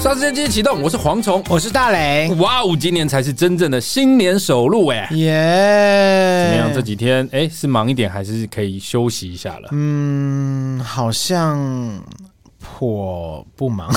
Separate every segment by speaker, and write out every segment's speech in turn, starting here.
Speaker 1: 杀时间机器启动，我是蝗虫。
Speaker 2: 我是大雷，
Speaker 1: 哇哦，今年才是真正的新年首录哎、
Speaker 2: 耶、
Speaker 1: 怎么样？这几天哎、是忙一点还是可以休息一下了？
Speaker 2: 嗯，好像颇不忙，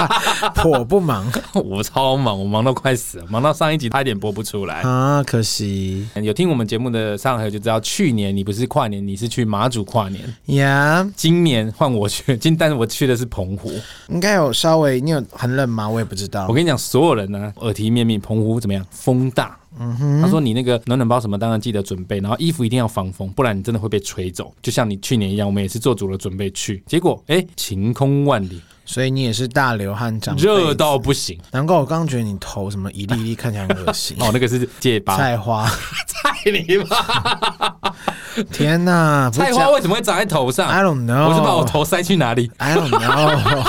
Speaker 2: 颇不忙
Speaker 1: 我超忙，我忙到快死了，忙到上一集差一点播不出来。
Speaker 2: 啊，可惜
Speaker 1: 有听我们节目的上海就知道，去年你不是跨年，你是去马祖跨年，
Speaker 2: 呀
Speaker 1: 今年换我去，今但是我去的是澎湖。
Speaker 2: 应该有稍微，你有很冷吗？我也不知道
Speaker 1: 我。跟你讲，所有人呢、耳提面命，澎湖怎么样？风大。
Speaker 2: 嗯
Speaker 1: 他说：“你那个暖暖包什么，当然记得准备，然后衣服一定要防风，不然你真的会被吹走。就像你去年一样，我们也是做足了准备去，结果哎，晴空万里，
Speaker 2: 所以你也是大流汗长
Speaker 1: 热
Speaker 2: 痱子，
Speaker 1: 到不 行。
Speaker 2: 难怪我刚刚觉得你头什么一粒一粒看起来很恶心
Speaker 1: 。哦，那个是戒疤，
Speaker 2: 菜花，
Speaker 1: 菜 你妈！
Speaker 2: 天哪！不
Speaker 1: 菜
Speaker 2: 讲
Speaker 1: 花为什么会长在头上
Speaker 2: I don't know，
Speaker 1: 我是把我头塞去哪里？
Speaker 2: I don't know，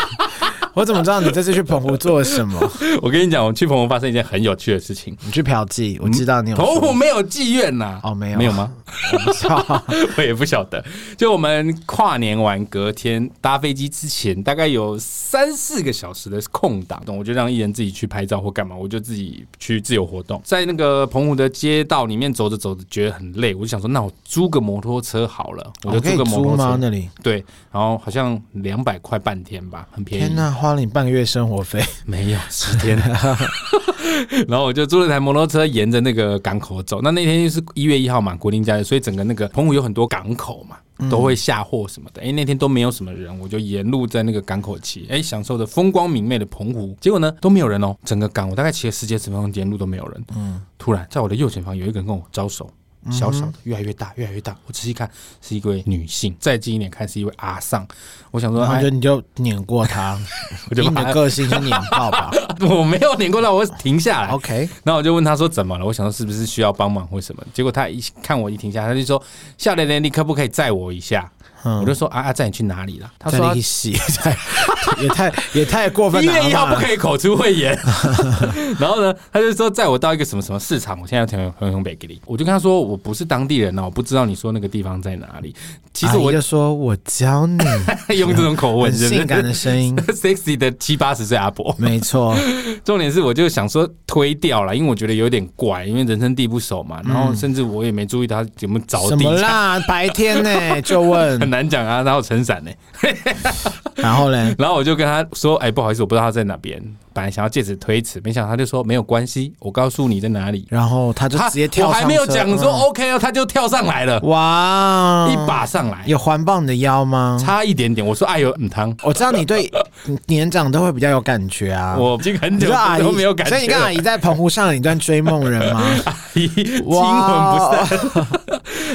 Speaker 2: 我 怎么知道你这次去澎湖做了什么？
Speaker 1: 我跟你讲，我去澎湖发生一件很有趣的事情。
Speaker 2: 你去嫖妓，我知道你 有说
Speaker 1: 澎湖没有妓院呐、
Speaker 2: 哦没有
Speaker 1: 没有吗？
Speaker 2: 我不知道
Speaker 1: 我也不晓得。就我们跨年完隔天搭飞机之前，大概有三四个小时的空档，我就让艺人自己去拍照或干嘛，我就自己去自由活动，在那个澎湖的街道里面走着走着，觉得很累，我就想说，那我租个摩托车好了，我就
Speaker 2: 哦我可
Speaker 1: 租
Speaker 2: 以
Speaker 1: 个摩
Speaker 2: 租
Speaker 1: 托
Speaker 2: 吗？
Speaker 1: 车。
Speaker 2: 那里？
Speaker 1: 对，然后好像两百块半天吧，很便宜。
Speaker 2: 天呐，花了你半个月生活费，
Speaker 1: 没有十天， 然后我就租了台摩托车，沿着那个港口走。那那天就是一月一号嘛，国定假日，所以整个那个澎湖有很多港口嘛，
Speaker 2: 嗯
Speaker 1: 都会下货什么的。哎、那天都没有什么人，我就沿路在那个港口骑，哎、享受着风光明媚的澎湖。结果呢，都没有人哦，整个港我大概骑了十几二十分钟，沿路都没有人。嗯，突然在我的右前方有一个人跟我招手。
Speaker 2: 嗯
Speaker 1: 小小的，越来越大，越来越大。我仔细看，是一位女性；再近一点看，是一位阿桑。 我想说，
Speaker 2: 然后
Speaker 1: 哎
Speaker 2: 就你就碾过他，
Speaker 1: 我就
Speaker 2: 以你
Speaker 1: 把他
Speaker 2: 的个性就碾 爆吧。
Speaker 1: 哎我没有碾过他，我停下来。
Speaker 2: OK，
Speaker 1: 然后我就问他说怎么了？我想说是不是需要帮忙或什么？结果他一看我一停下，他就说：“笑脸脸，你可不可以载我一下？”
Speaker 2: 嗯
Speaker 1: 我就说：“啊啊，载你去哪里啦？”他
Speaker 2: 在
Speaker 1: 说啊
Speaker 2: 那里洗， 在也太也太过：“分
Speaker 1: 一
Speaker 2: 了。
Speaker 1: 月一号
Speaker 2: 好
Speaker 1: 不
Speaker 2: 吗
Speaker 1: 可以口出秽言。” 然后呢，他就说载我到一个什么什么市场，我现在要从从从北给你。我就跟他说：“我不是当地人啊，我不知道你说那个地方在哪里。”其实我
Speaker 2: 阿姨就说我教 你，
Speaker 1: 用这种口吻，
Speaker 2: 啊很性感的
Speaker 1: 是
Speaker 2: 声音，
Speaker 1: 不是 sexy 的七八十岁阿伯。
Speaker 2: 没错，
Speaker 1: 重点是，我就想说推掉了，因为我觉得有点怪，因为人生地不熟嘛，然后甚至我也没注意他有没有着
Speaker 2: 嗯什
Speaker 1: 地
Speaker 2: 么，啦？白天 呢就问
Speaker 1: 很，难讲啊。然后撑伞呢，
Speaker 2: 然后嘞，
Speaker 1: 然后我就跟他说：“哎、不好意思，我不知道他在哪边，本来想要借此推辞，没想到他就说没有关系，我告诉你在哪里。
Speaker 2: 然后他就
Speaker 1: 他”
Speaker 2: 直接跳
Speaker 1: 我
Speaker 2: 上
Speaker 1: 还没有
Speaker 2: 车嗯
Speaker 1: 讲说 OK 哦，他就跳上来了，
Speaker 2: 哇，
Speaker 1: 一把上来，
Speaker 2: 有环抱你的腰吗？
Speaker 1: 差一点点。我说：“哎呦，嗯，汤，
Speaker 2: 我知道你对年长都会比较有感觉啊。
Speaker 1: 我已经很
Speaker 2: 你
Speaker 1: 久
Speaker 2: 说阿姨
Speaker 1: 都没有感觉
Speaker 2: 所以你跟阿
Speaker 1: 了，
Speaker 2: 姨在澎湖上了一段追梦人 吗？
Speaker 1: 惊 魂不散。”
Speaker 2: 哦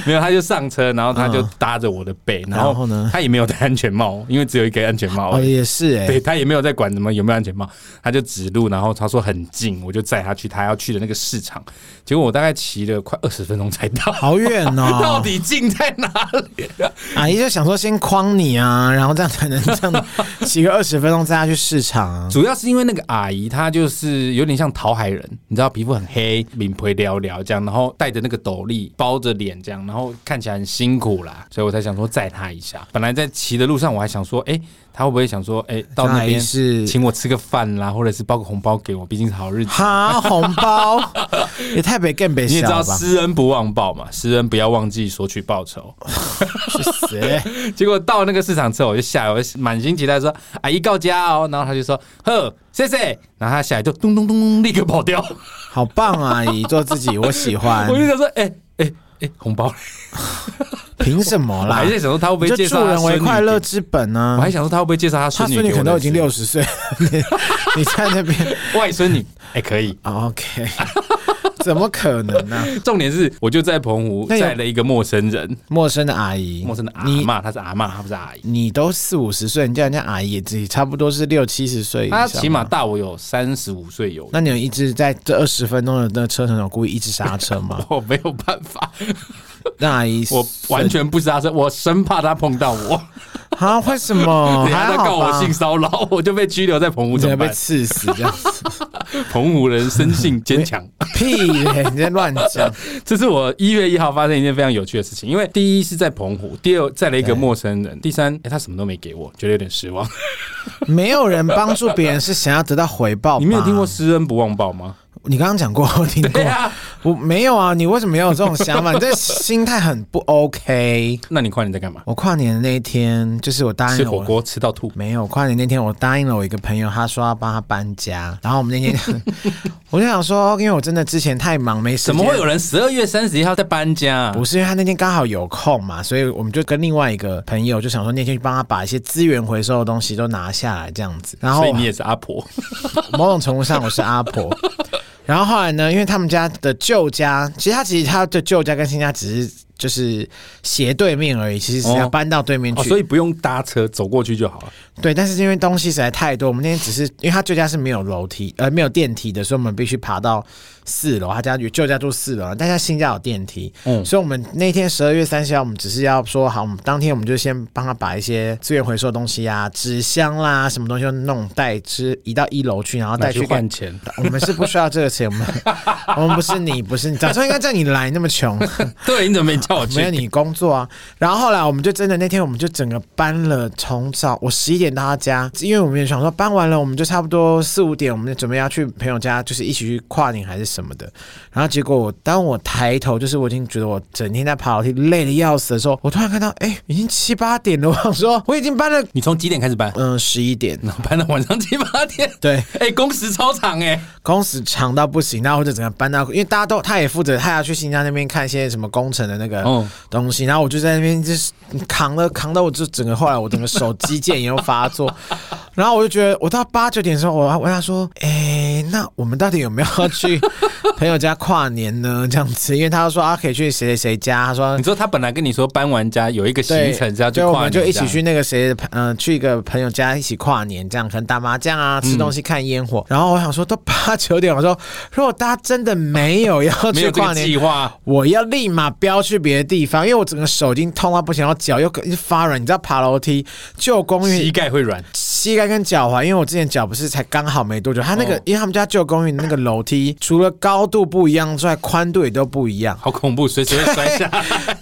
Speaker 1: 没有，他就上车，然后他就搭着我的背，然后
Speaker 2: 然后呢
Speaker 1: 他也没有戴安全帽，因为只有一个安全帽而
Speaker 2: 哦，
Speaker 1: 已。
Speaker 2: 也是哎、
Speaker 1: 对他也没有在管什么有没有安全帽，他就指路，然后他说很近，我就载他去他要去的那个市场。结果我大概骑了快二十分钟才到，
Speaker 2: 好远
Speaker 1: 到
Speaker 2: 哦。
Speaker 1: 底近在哪里？
Speaker 2: 阿姨就想说先框你啊，然后这样才能这 样骑个二十分钟，带她去市场啊。
Speaker 1: 主要是因为那个阿姨她就是有点像桃海人，你知道皮肤很黑，脸皮寥寥这样，然后戴着那个斗笠包着脸这样，然后看起来很辛苦啦，所以我才想说载她一下。本来在骑的路上我还想说，哎、她会不会想说，哎、到那
Speaker 2: 阿姨
Speaker 1: 边
Speaker 2: 是
Speaker 1: 请我吃个饭啦，或者是包个红包给我，毕竟是好日子。
Speaker 2: 哈 红包，也太北更北
Speaker 1: 你也知
Speaker 2: 小
Speaker 1: 道，
Speaker 2: 了吧？
Speaker 1: 施恩不忘报嘛，施恩不要忘记索取报酬。
Speaker 2: 去死、欸！
Speaker 1: 结果到那个市场之后，我就下来，我就满心期待说：“阿姨告家哦。”然后他就说：“呵，谢谢。”然后他下来就咚咚咚咚，立刻跑掉。
Speaker 2: 好棒啊，阿姨做自己，我喜 欢
Speaker 1: 我。就想说：“哎哎哎，红包嘞！”
Speaker 2: 凭什么
Speaker 1: 我
Speaker 2: 啦
Speaker 1: 还？在想说他会不
Speaker 2: 啊你
Speaker 1: 会
Speaker 2: 就
Speaker 1: 介绍
Speaker 2: 助
Speaker 1: 他
Speaker 2: 人
Speaker 1: 孙
Speaker 2: 为
Speaker 1: 女
Speaker 2: 快乐
Speaker 1: 给
Speaker 2: 之本
Speaker 1: 我
Speaker 2: 啊
Speaker 1: 还！想说他会不会介绍他
Speaker 2: 他
Speaker 1: 孙女
Speaker 2: 孙
Speaker 1: 给
Speaker 2: 女
Speaker 1: 我
Speaker 2: 可能都已经
Speaker 1: 认
Speaker 2: 六十岁了， 你你在那边 哦
Speaker 1: 识外孙女，哎，可以。
Speaker 2: OK？怎么可能呢、
Speaker 1: 重点是，我就在澎湖
Speaker 2: 那有
Speaker 1: 载了一个陌生人，
Speaker 2: 陌生的阿姨，
Speaker 1: 陌生的阿
Speaker 2: 你
Speaker 1: 嬷，她是阿嬷，她不是阿姨。
Speaker 2: 你都四五十岁，你叫人家阿姨，也只差不多是六七十岁以上
Speaker 1: 她
Speaker 2: 嘛。
Speaker 1: 起码大我有三十五岁有余。？
Speaker 2: 那你有一直在这二十分钟的那车程有故意一直刹车吗
Speaker 1: 我没有办法，
Speaker 2: 让阿姨
Speaker 1: 我完全不刹车，我生怕他碰到我，
Speaker 2: 啊，为什么？
Speaker 1: 等一下
Speaker 2: 还
Speaker 1: 他告
Speaker 2: 好
Speaker 1: 我
Speaker 2: 吧
Speaker 1: 性，骚扰，我就被拘留在澎湖
Speaker 2: 你
Speaker 1: 怎
Speaker 2: 整
Speaker 1: 么
Speaker 2: 个被
Speaker 1: 办？
Speaker 2: 刺死这样子。
Speaker 1: 澎湖人生性坚强。
Speaker 2: 屁嘞！你在乱讲。
Speaker 1: 这是我一月一号发生一件非常有趣的事情，因为第一是在澎湖，第二载了一个陌生人，第三、哎诶他什么都没给我，觉得有点失望。
Speaker 2: 没有人帮助别人是想要得到回 报。
Speaker 1: 你没有听过？施恩不忘报吗？
Speaker 2: 你刚刚讲过，我听过。
Speaker 1: 对啊
Speaker 2: 我没有啊，你为什么有这种想法？你这心态很不 OK。
Speaker 1: 那你跨年在干嘛？
Speaker 2: 我跨年的那一天，就是我答应
Speaker 1: 吃
Speaker 2: 了
Speaker 1: 火
Speaker 2: 我
Speaker 1: 锅吃到吐。
Speaker 2: 没有跨年那天，我答应了我一个朋友，他说要帮他搬家。然后我们 那天，我就想说，哦因为我真的之前太忙，没时
Speaker 1: 怎
Speaker 2: 间。
Speaker 1: 么会有人十二月三十一号在搬家、啊
Speaker 2: 不？是因为他那天刚好有空嘛，所以我们就跟另外一个朋友就想说那天去帮他把一些资源回收的东西都拿下来这样子。然后
Speaker 1: 所以你也是阿婆，
Speaker 2: 某种程度上我是阿 婆。然后后来呢，因为他们家的旧家，其实他其实他的旧家跟新家只是就是斜对面而已，其实只要
Speaker 1: 哦
Speaker 2: 搬到对面去。
Speaker 1: 哦所以不用搭车走过去就好了。
Speaker 2: 对，但是因为东西实在太多，我们那天只是因为他旧家是没有楼梯呃没有电梯的，所以我们必须爬到四楼。他家有旧家住四楼，但他新家有电梯，
Speaker 1: 嗯
Speaker 2: 所以我们那天十二月三十号，我们只是要说好，我们当天我们就先帮他把一些资源回收的东西啊，纸箱啦什么东西都弄带之移到一楼去，然后
Speaker 1: 再
Speaker 2: 带
Speaker 1: 啊去
Speaker 2: 去给
Speaker 1: 换钱，
Speaker 2: 我们是不需要这个钱，我们 我们不是你，不是你，早上应该叫你来，那么穷，
Speaker 1: 对你怎么没叫我去？
Speaker 2: 没有哦你工作啊。然后后来我们就真的那天我们就整个搬了，从早我十一点到他家，因为我们也想说搬完了我们就差不多四五点，我们就准备要去朋友家，就是一起去跨年还是什么的。然后结果我当我抬头，就是我已经觉得我整天在爬楼梯累的要死的时候，我突然看到哎、已经七八点了，我想说我已经搬了
Speaker 1: 你从几点开始搬？
Speaker 2: 嗯十一点，
Speaker 1: 然后 搬到晚上七八 点。
Speaker 2: 对。
Speaker 1: 哎、工时超长哎、
Speaker 2: 工时长到不行，然后我就整个搬到，因为大家都他也负责，他要去新疆那边看一些什么工程的那个
Speaker 1: 嗯
Speaker 2: 东西，然后我就在那边就是扛了扛到我就整个后来我整个手肌腱也又发作，然后我就觉得我到八九点的时候，我要问他说，哎、那我们到底有没有要去朋友家跨年呢？这样子，因为他说啊可以去谁谁谁家，他说
Speaker 1: 你说他本来跟你说搬完家有一个
Speaker 2: 对，
Speaker 1: 行程是要去
Speaker 2: 对我
Speaker 1: 跨
Speaker 2: 们
Speaker 1: 年，
Speaker 2: 就一起去。那个谁的朋，呃，去一个朋友家一起跨年，这样可能打麻将啊，吃东西、看烟火。然后我想说，都八九点，我说如果大家真的没有要
Speaker 1: 没有这
Speaker 2: 去跨
Speaker 1: 个
Speaker 2: 年。
Speaker 1: 计划，
Speaker 2: 我要立马飙去别的地方，因为我整个手已经痛到不行，然后脚又又发软。你知道爬楼梯、旧公寓
Speaker 1: 膝盖会软。
Speaker 2: 膝盖跟脚踝，因为我之前脚不是才刚好没多久，他那个、
Speaker 1: 哦
Speaker 2: 因为他们家旧公寓那个楼梯，除了高度不一样之外，宽度也都不一样。
Speaker 1: 好恐怖，随时会摔 下。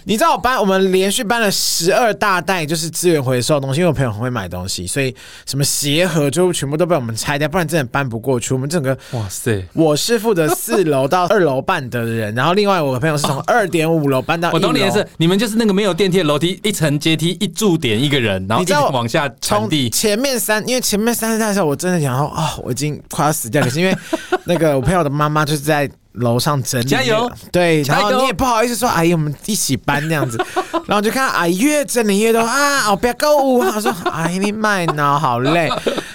Speaker 2: 你知道我搬我们连续搬了十二大袋，就是资源回收的东西，因为我朋友很会买东西，所以什么鞋盒就全部都被我们拆掉，不然真的搬不过去。我们整个
Speaker 1: 哇塞！
Speaker 2: 我是负责四楼到二楼半的人，然后另外我的朋友是从二点五楼搬到一楼。
Speaker 1: 我懂你的是，你们就是那个没有电梯的楼梯，一层阶梯一驻点一个人，然后一
Speaker 2: 你
Speaker 1: 直
Speaker 2: 知道
Speaker 1: 往下传
Speaker 2: 从
Speaker 1: 递。
Speaker 2: 前面三，因为前面三十代的时候，我真的想说，哦，我已经快要死掉。可是因 为那个我朋友的妈妈就是在楼上整理那
Speaker 1: 加
Speaker 2: 个，
Speaker 1: 油
Speaker 2: 对，
Speaker 1: 加
Speaker 2: 然
Speaker 1: 油
Speaker 2: 后你也不好意思说，阿姨，我们一起搬这样子。 然后我就看到阿姨越整理越多啊，我不要购物。我说，阿姨你卖呢，好累。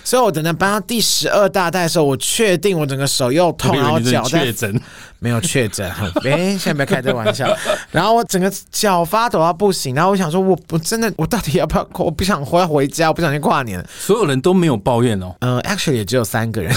Speaker 2: 所以我等到搬到第十二大袋的时候，我确定我整个手又
Speaker 1: 我
Speaker 2: 痛，
Speaker 1: 以
Speaker 2: 然
Speaker 1: 为
Speaker 2: 后
Speaker 1: 你真
Speaker 2: 脚
Speaker 1: 的
Speaker 2: 在
Speaker 1: 确诊，
Speaker 2: 没有确诊，很哎、现在不要开这个玩笑。然后我整个脚发抖到不行，然后我想说，我我真的，我到底要不要？我不想回回家，我不想去跨年了。
Speaker 1: 所有人都没有抱怨哦。
Speaker 2: 呃，actually 也只有三 个人，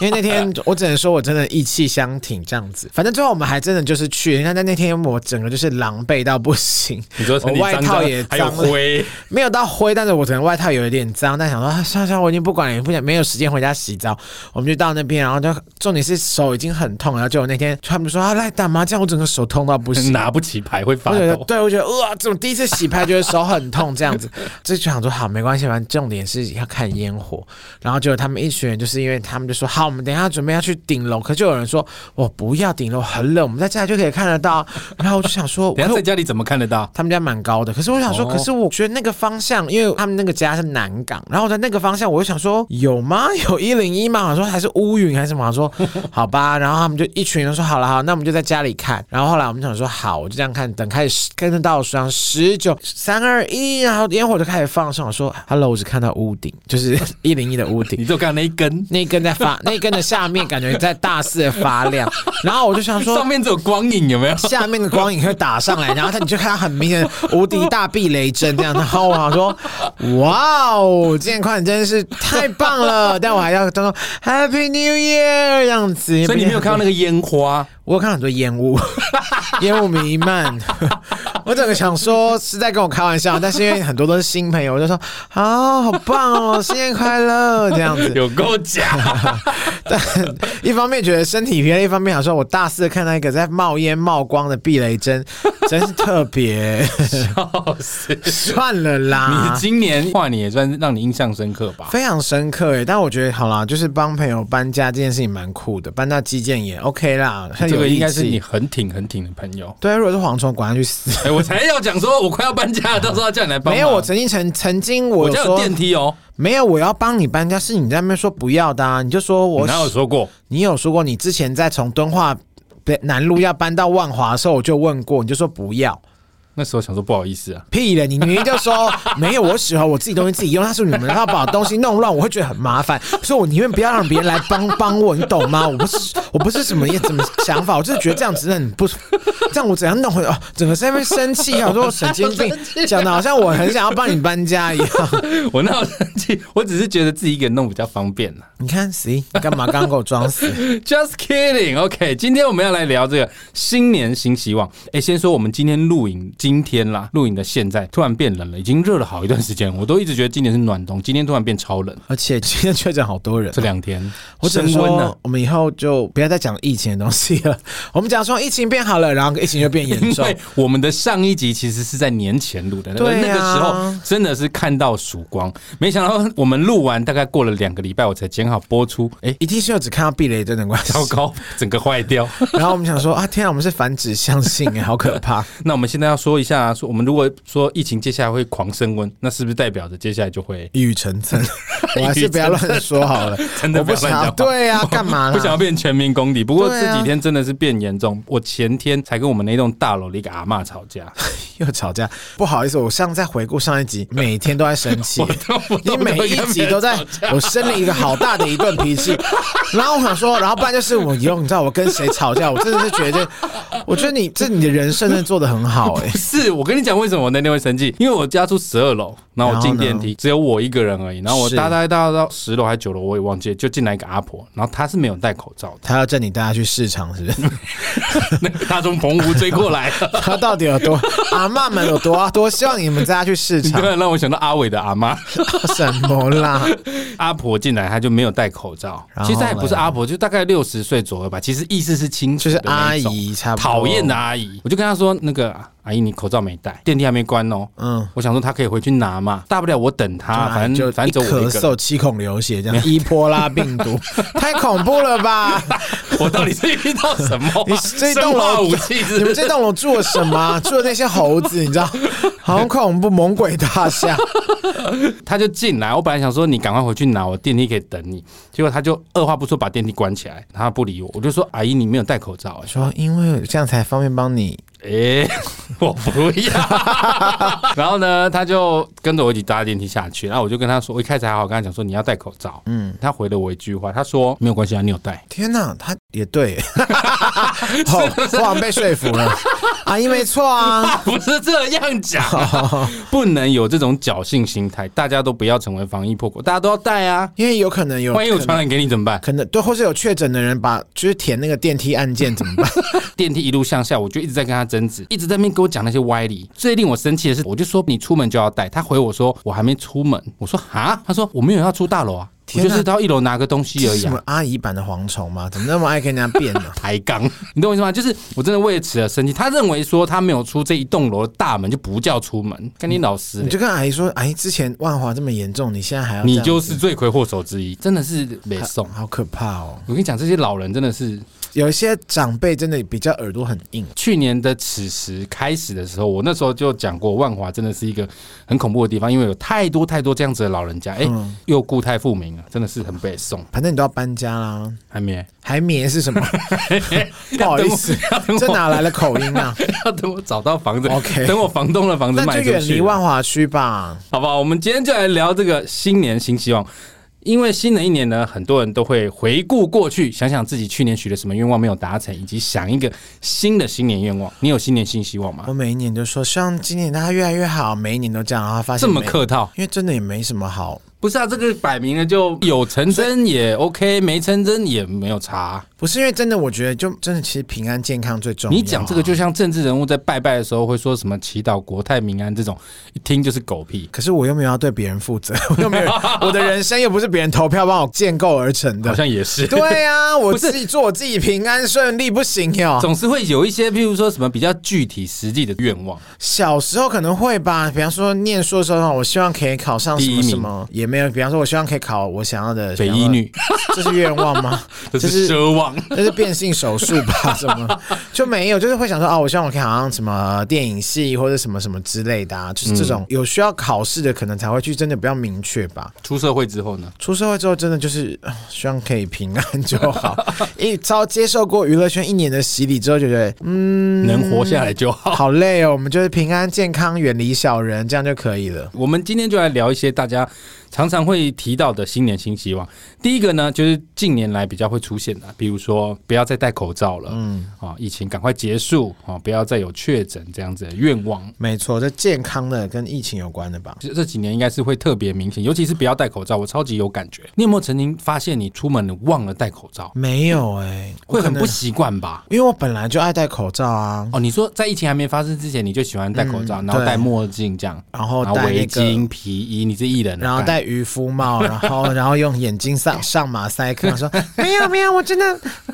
Speaker 2: 因为那天我只能说我真的意气相挺这样子。反正最后我们还真的就是去，你看，但那天我整个就是狼狈到不行，
Speaker 1: 你说
Speaker 2: 我
Speaker 1: 身体
Speaker 2: 外
Speaker 1: 脏
Speaker 2: 套
Speaker 1: 脏
Speaker 2: 也
Speaker 1: 还有
Speaker 2: 脏了，
Speaker 1: 灰，
Speaker 2: 没有到灰，但是我可能外套有一点脏，但想说、啊、算了算了，我已经不管了，也不想没有时间回家洗澡，我们就到那边，然后就重点是手已经很痛，然后结果那天他们说啊来打麻将，我整个手痛到不行。
Speaker 1: 拿不起牌会发
Speaker 2: 我觉得
Speaker 1: 抖，。
Speaker 2: 对我觉得哇，怎么第一次洗牌觉得手很痛这样子？这就想说好没关系，反正重点是要看烟火。然后结果他们一群人就是因为他们就说好，我们等一下准备要去顶楼，可就有人说我不要顶楼，很冷，我们在家就可以看得到。然后我就想说，
Speaker 1: 等一下
Speaker 2: 可是
Speaker 1: 在家里怎么看得到？
Speaker 2: 他们家蛮高的，可是我想说，
Speaker 1: 哦
Speaker 2: 可是我觉得那个方向，因为他们那个家是南港，然后我在那个方向，我就想说有吗？ 有一零一吗？我说还是乌云还是什么？我说好吧，然后他们就一群人说好了好，那我们就在家里看。然后后来我们想说好，我就这样看，等开始跟着倒数，然后十九三二一，然后烟火就开始放上。我说 hello，我只看到屋顶，就是 一零一的屋顶
Speaker 1: 你。就看那一根，
Speaker 2: 那一根在发，那一根的下面感觉在大肆的发亮，然后我就想说，
Speaker 1: 上面只有光影，有没有？
Speaker 2: 下面的光影会打上来，然后他你就看到很明显的无敌大避雷针这样。然后我想说，哇哦，今年跨年真的是太棒了！但我还要装作 Happy New Year 这样子。
Speaker 1: 所以你没有看到那个烟花，
Speaker 2: 我有看到很多烟雾， 烟雾弥漫。我整个想说是在跟我开玩笑，但是因为很多都是新朋友，我就说啊，好棒哦，新年快乐这样子。
Speaker 1: 有够 假，
Speaker 2: 但一方面觉得身体疲累，一方面想说我大四看到一个在冒烟冒光的避雷 针，真是特别。
Speaker 1: 笑死！
Speaker 2: 算了啦
Speaker 1: 你，今年跨年也算让你印象深刻吧？
Speaker 2: 啊非常深刻诶，但我觉得好啦，就是帮朋友搬家这件事情蛮酷的，搬到基建也 OK 啦。很
Speaker 1: 这
Speaker 2: 有
Speaker 1: 个应
Speaker 2: 义
Speaker 1: 该是
Speaker 2: 气
Speaker 1: 你很挺很挺的朋友。
Speaker 2: 对，如果是蝗虫，管他去死。
Speaker 1: 哎、我才要讲说，我快要搬家了，到时候要叫你来帮忙。
Speaker 2: 没有，我曾经曾曾经我
Speaker 1: 我
Speaker 2: 有
Speaker 1: 家
Speaker 2: 说
Speaker 1: 有电梯哦，
Speaker 2: 没有，我要帮你搬家，是你在那边说不要的、啊，你就说
Speaker 1: 我
Speaker 2: 我
Speaker 1: 哪有说过？
Speaker 2: 你有说过你之前在从敦化北南路要搬到万华的时候，我就问过，你就说不要。
Speaker 1: 那时候想说不好意思啊，
Speaker 2: 屁了！你明明就说没有，我喜欢我自己东西自己用，但是你们要把东西弄乱，我会觉得很麻烦，所以我宁愿不要让别人来帮帮我，你懂吗？ 我不是我不是什么也怎么想法，我就是觉得这样子很不，这样我怎样弄会哦，整个在那边生气啊，我说我神经病，讲的好像我很想要帮你搬家一样。
Speaker 1: 我哪有生气？我只是觉得自己一个人弄比较方便啦。
Speaker 2: 你看 谁干嘛刚刚给我装死？
Speaker 1: Just kidding。OK，今天我们要来聊这个新年新希望。哎、先说我们今天录影，今天啦，录影的现在突然变冷了，已经热了好一段时间，我都一直觉得今年是暖冬，今天突然变超冷。
Speaker 2: 而且今天确诊好多人，
Speaker 1: 这两天
Speaker 2: 我只能
Speaker 1: 升温啊了
Speaker 2: 说，我们以后就不要再讲疫情的东西了。我们讲说疫情变好了，然后疫情就变严
Speaker 1: 因
Speaker 2: 重
Speaker 1: 为。我们的上一集其实是在年前录的，那
Speaker 2: 对啊
Speaker 1: 那个时候真的是看到曙光，没想到我们录完大概过了两个礼拜，我才剪好播出， 哎、
Speaker 2: 一定是有只看到避雷针的关系。
Speaker 1: 糟糕，整个坏 掉。
Speaker 2: 然后我们想说啊，天啊，我们是反指向性哎，好可怕！
Speaker 1: 那我们现在要说一下，啊说我们如果说疫情接下来会狂升温，那是不是代表着接下来就会
Speaker 2: 一语成 谶，我还是不要乱说好了。
Speaker 1: 真的
Speaker 2: 我
Speaker 1: 不
Speaker 2: 不
Speaker 1: 要
Speaker 2: 想
Speaker 1: 乱讲
Speaker 2: 要，
Speaker 1: 话
Speaker 2: 对啊，干嘛
Speaker 1: 不想要
Speaker 2: 啦？
Speaker 1: 变全民公敌？不过
Speaker 2: 对啊
Speaker 1: 这几天真的是变严重。我前天才跟我们那栋大楼的一个阿嬷吵架，
Speaker 2: 又吵架，不好意思，我上次在回顾上一集，每天都在生气
Speaker 1: 我。都不
Speaker 2: 你每一集都在，我生了一个好大的一顿脾气，然后我想说，然后不然就是我以后你知道我跟谁吵架，我真的是觉得，我觉得你这你的人生真的做的很好哎、
Speaker 1: 不是，我跟你讲，为什么我那天会生气？因为我家住十二楼，然后我进电梯只有我一个人而已，然后我
Speaker 2: 是
Speaker 1: 搭搭搭到十楼还九楼，我也忘记了，就进来一个阿婆，然后她是没有戴口罩
Speaker 2: 他要叫你带他去市场是 不是？
Speaker 1: 的，那个她从澎湖追过来 的，
Speaker 2: 他到底有多阿嬷们有多多希望你们带他去市
Speaker 1: 你突
Speaker 2: 场？
Speaker 1: 然让我想到阿伟的阿妈，
Speaker 2: 什么啦？
Speaker 1: 阿婆进来她就没有戴口罩，
Speaker 2: 然后
Speaker 1: 其实她也
Speaker 2: 嘞
Speaker 1: 不是阿婆，就大概六十岁左右吧，其实意思是清楚
Speaker 2: 就
Speaker 1: 的
Speaker 2: 是
Speaker 1: 那
Speaker 2: 阿
Speaker 1: 一种
Speaker 2: 姨差不多。
Speaker 1: 讨厌的，啊阿姨，我就跟她说：“那个阿姨，你口罩没戴，电梯还没关哦。”
Speaker 2: 嗯，啊
Speaker 1: 我想说她可以回去拿嘛，大不了我等她，啊反
Speaker 2: 就
Speaker 1: 正反正
Speaker 2: 一
Speaker 1: 只有我一
Speaker 2: 咳
Speaker 1: 个人。
Speaker 2: 嗽、七孔流血这样，伊波拉病 毒太恐怖了吧？
Speaker 1: 我到底是遇到什么、 啊？
Speaker 2: 你这一栋
Speaker 1: 生
Speaker 2: 楼
Speaker 1: 化武器是
Speaker 2: 你
Speaker 1: 不是？
Speaker 2: 们这栋楼住了什么啊？住了那些猴子，你知 道？好恐怖，猛鬼大厦。
Speaker 1: 他就进来，我本来想说你赶快回去拿，我电梯可以等你。结果他就二话不说把电梯关起来，他不理我。我就说阿姨你没有戴口罩、欸，
Speaker 2: 说因为这样才方便帮你。
Speaker 1: 哎、我不要。 然后呢，他就跟着我一起搭电梯下去。然后我就跟他说，我一开始还好，跟他讲说你要戴口罩。嗯，他回了我一句话，他说没有关系啊，你有 戴。
Speaker 2: 天哪，他也 对，哦我好像被说服了。阿姨没错啊，
Speaker 1: 不是这样讲、啊 不能有这种侥幸心态，大家都不要成为防疫破口，大家都要戴啊。
Speaker 2: 因为有可能有
Speaker 1: 万一我传染给你怎么办？
Speaker 2: 可能对，或是有确诊的人把就是填那个电梯按键怎么办？
Speaker 1: 电梯一路向下，我就一直在跟他争执，一直在那边给我讲那些歪理。最令我生气的是，我就说你出门就要带，他回我说我还没出门。我说哈，他说我没有要住大楼啊，我
Speaker 2: 天哪
Speaker 1: 就是到一楼拿个东西
Speaker 2: 这
Speaker 1: 而
Speaker 2: 是
Speaker 1: 已
Speaker 2: 什
Speaker 1: 啊
Speaker 2: 么。阿姨版的蝗虫吗？怎么那么爱跟人家变呢？
Speaker 1: 抬杠，你懂我意思吗？就是我真的为此而生气。他认为说他没有出这一栋楼的大门就不叫出门，跟你老师、
Speaker 2: 你就跟阿姨说，阿姨之前万华这么严重，你现在还要
Speaker 1: 你
Speaker 2: 这样
Speaker 1: 就是罪魁祸首之一，真的是没送。
Speaker 2: 好可怕哦！
Speaker 1: 我跟你讲，这些老人真的是
Speaker 2: 有一些长辈真的比较耳朵很硬，
Speaker 1: 去年的此时开始的时候，我那时候就讲过，万华真的是一个很恐怖的地方，因为有太多太多这样子的老人家，哎、
Speaker 2: 嗯
Speaker 1: 又故态复萌了，真的是很被送。
Speaker 2: 反正你都要搬家啦。
Speaker 1: 还 没，
Speaker 2: 还棉是 什么？不好意思
Speaker 1: 要等，我
Speaker 2: 这哪来的口音啊？
Speaker 1: 要等我找到房子
Speaker 2: OK
Speaker 1: 等我房东的房子
Speaker 2: 那
Speaker 1: 卖
Speaker 2: 就
Speaker 1: 出
Speaker 2: 远离
Speaker 1: 去，啊
Speaker 2: 万华区吧。
Speaker 1: 好不好？我们今天就来聊这个新年新希望。因为新的一年呢，很多人都会回顾过去，想想自己去年许的什么愿望没有达成，以及想一个新的新年愿望。你有新年新希望吗
Speaker 2: 我？每一年都说，希望今年大家越来越好，每一年都这样，然后发现
Speaker 1: 这么
Speaker 2: 没，
Speaker 1: 客套，
Speaker 2: 因为真的也没什么好。
Speaker 1: 不是啊，这个摆明了就有成真也 OK，没成真也没有差啊、
Speaker 2: 不不是因为真的，我觉得就真的其实平安健康最重要。啊
Speaker 1: 你讲这个，就像政治人物在拜拜的时候会说什么祈祷国泰民安这种，一听就是狗屁。
Speaker 2: 可是我又没有要对别人负责，我 又没有我的人生又不是别人投票帮我建构而成
Speaker 1: 好
Speaker 2: 的。
Speaker 1: 像也 是，
Speaker 2: 对啊，我
Speaker 1: 不是
Speaker 2: 自己做我自己平安顺利不行哟。
Speaker 1: 总是会有一些，譬如说什么比较具体实际的愿 望。
Speaker 2: 小时候可能会吧，比方说念书的时候，我希望可以考上什
Speaker 1: 第一
Speaker 2: 么
Speaker 1: 名
Speaker 2: 什么，也没有。比方说，我希望可以考我想要的
Speaker 1: 北一，女，
Speaker 2: 这是愿望吗？
Speaker 1: 这
Speaker 2: 就是是
Speaker 1: 奢望。
Speaker 2: 那是变性手术吧？什么就没有，就是会想说啊，我希望我可以好像什么电影系或者什么什么之类的啊，就是这
Speaker 1: 嗯
Speaker 2: 种有需要考试的，可能才会去真的比较明确吧。
Speaker 1: 出社会之后呢？
Speaker 2: 出社会之后，真的就是啊希望可以平安就 好。一遭接受过娱乐圈一年的洗礼之后，就觉得嗯，
Speaker 1: 能活下来就好。
Speaker 2: 好累哦，我们就是平安健康，远离小人，这样就可以了。
Speaker 1: 我们今天就来聊一些大家常常会提到的新年新希望。第一个呢，就是近年来比较会出现的，啊比如说不要再戴口罩了，嗯，啊、疫情赶快结束，啊、不要再有确诊这样子的愿望。
Speaker 2: 没错，这健康的跟疫情有关的吧？
Speaker 1: 这这几年应该是会特别明显，尤其是不要戴口罩，我超级有感觉。你有没有曾经发现你出门你忘了戴口罩，
Speaker 2: 没有哎、
Speaker 1: 会很
Speaker 2: 我可能嗯
Speaker 1: 不习惯吧？
Speaker 2: 因为我本来就爱戴口罩啊，
Speaker 1: 哦，你说在疫情还没发生之前，你就喜欢戴口罩，
Speaker 2: 嗯
Speaker 1: 然后
Speaker 2: 对
Speaker 1: 戴墨镜这样，
Speaker 2: 然后
Speaker 1: 然后
Speaker 2: 戴那
Speaker 1: 围
Speaker 2: 个
Speaker 1: 巾、皮衣，你这艺人啊，
Speaker 2: 然后
Speaker 1: 干
Speaker 2: 戴渔夫帽，然后 然后用眼睛 上上马赛克，说没有没有，我真 的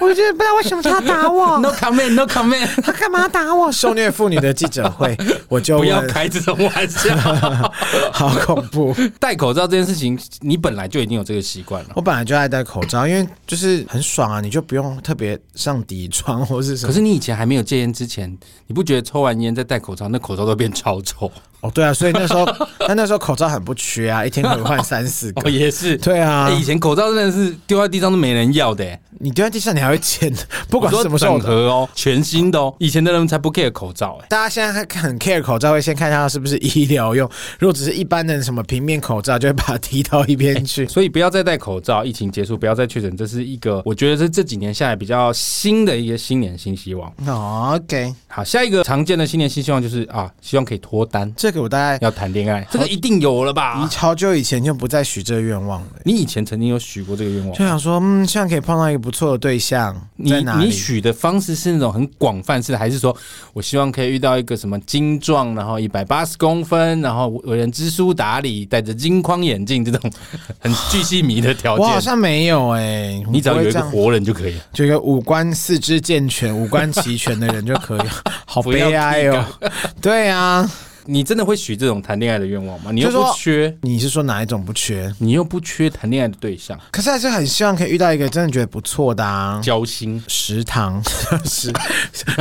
Speaker 2: 我真的不知道为什么他打 我，
Speaker 1: No comment, no comment，
Speaker 2: 他干嘛打我？受虐妇女的记者 会，我就
Speaker 1: 不要
Speaker 2: 问，
Speaker 1: 开这种玩笑。
Speaker 2: 好恐怖！
Speaker 1: 戴口罩这件事情，你本来就已经有这个习惯了。
Speaker 2: 我本来就爱戴口罩，因为就是很爽啊，你就不用特别上底妆或是什
Speaker 1: 可
Speaker 2: 么。
Speaker 1: 是你以前还没有戒烟之前，你不觉得抽完烟再戴口罩，那口罩都变超臭？
Speaker 2: 哦，对啊，所以那时候，但那时候口罩很不缺啊，一天可以换三四
Speaker 1: 哦，
Speaker 2: 个。
Speaker 1: 也是。
Speaker 2: 对啊
Speaker 1: 哎，以前口罩真的是丢在地上都没人要的、欸，
Speaker 2: 你丢在地上，你还会捡，不管
Speaker 1: 我说
Speaker 2: 是什么时候
Speaker 1: 整
Speaker 2: 的。
Speaker 1: 盒哦，全新的哦。以前的人才不 care 口罩、欸，
Speaker 2: 大家现在很 care 口罩，会先看一下它是不是医疗用。如果只是一般的什么平面口罩，就会把它踢到一边去。
Speaker 1: 所以不要再戴口罩。疫情结束，不要再确诊，这是一个我觉得这这几年下来比较新的一个新年新希望。
Speaker 2: 哦 OK，
Speaker 1: 好，下一个常见的新年新希望就是啊，希望可以脱单，
Speaker 2: 这个我大概
Speaker 1: 要谈恋爱，这个一定有了吧？
Speaker 2: 好久以前就不再许这个愿望了，
Speaker 1: 你以前曾经有许过这个愿望
Speaker 2: 就？想说，嗯，希望可以碰到一个不错的对象，
Speaker 1: 你
Speaker 2: 在哪
Speaker 1: 你
Speaker 2: 里？
Speaker 1: 许的方式是那种很广泛式的，还是说我希望可以遇到一个什么精壮，然后一百八十公分，然后为人知书达理，戴着金框眼镜这种 很巨细靡的条
Speaker 2: 我好
Speaker 1: 件？
Speaker 2: 像没有哎、
Speaker 1: 你只要
Speaker 2: 我不
Speaker 1: 有
Speaker 2: 会
Speaker 1: 一
Speaker 2: 这
Speaker 1: 个
Speaker 2: 样，
Speaker 1: 活人就可以了。
Speaker 2: 就一个五官四肢健全、五官齐全的人就可以， 好
Speaker 1: 不要
Speaker 2: 悲哀哦。 对啊，
Speaker 1: 你真的会许这种谈恋爱的愿望吗？你又
Speaker 2: 就
Speaker 1: 不
Speaker 2: 说
Speaker 1: 缺，
Speaker 2: 你是说哪一种不缺？
Speaker 1: 你又不缺谈恋爱的对象，
Speaker 2: 可是还是很希望可以遇到一个真的觉得不错的啊。
Speaker 1: 交心。
Speaker 2: 食堂 食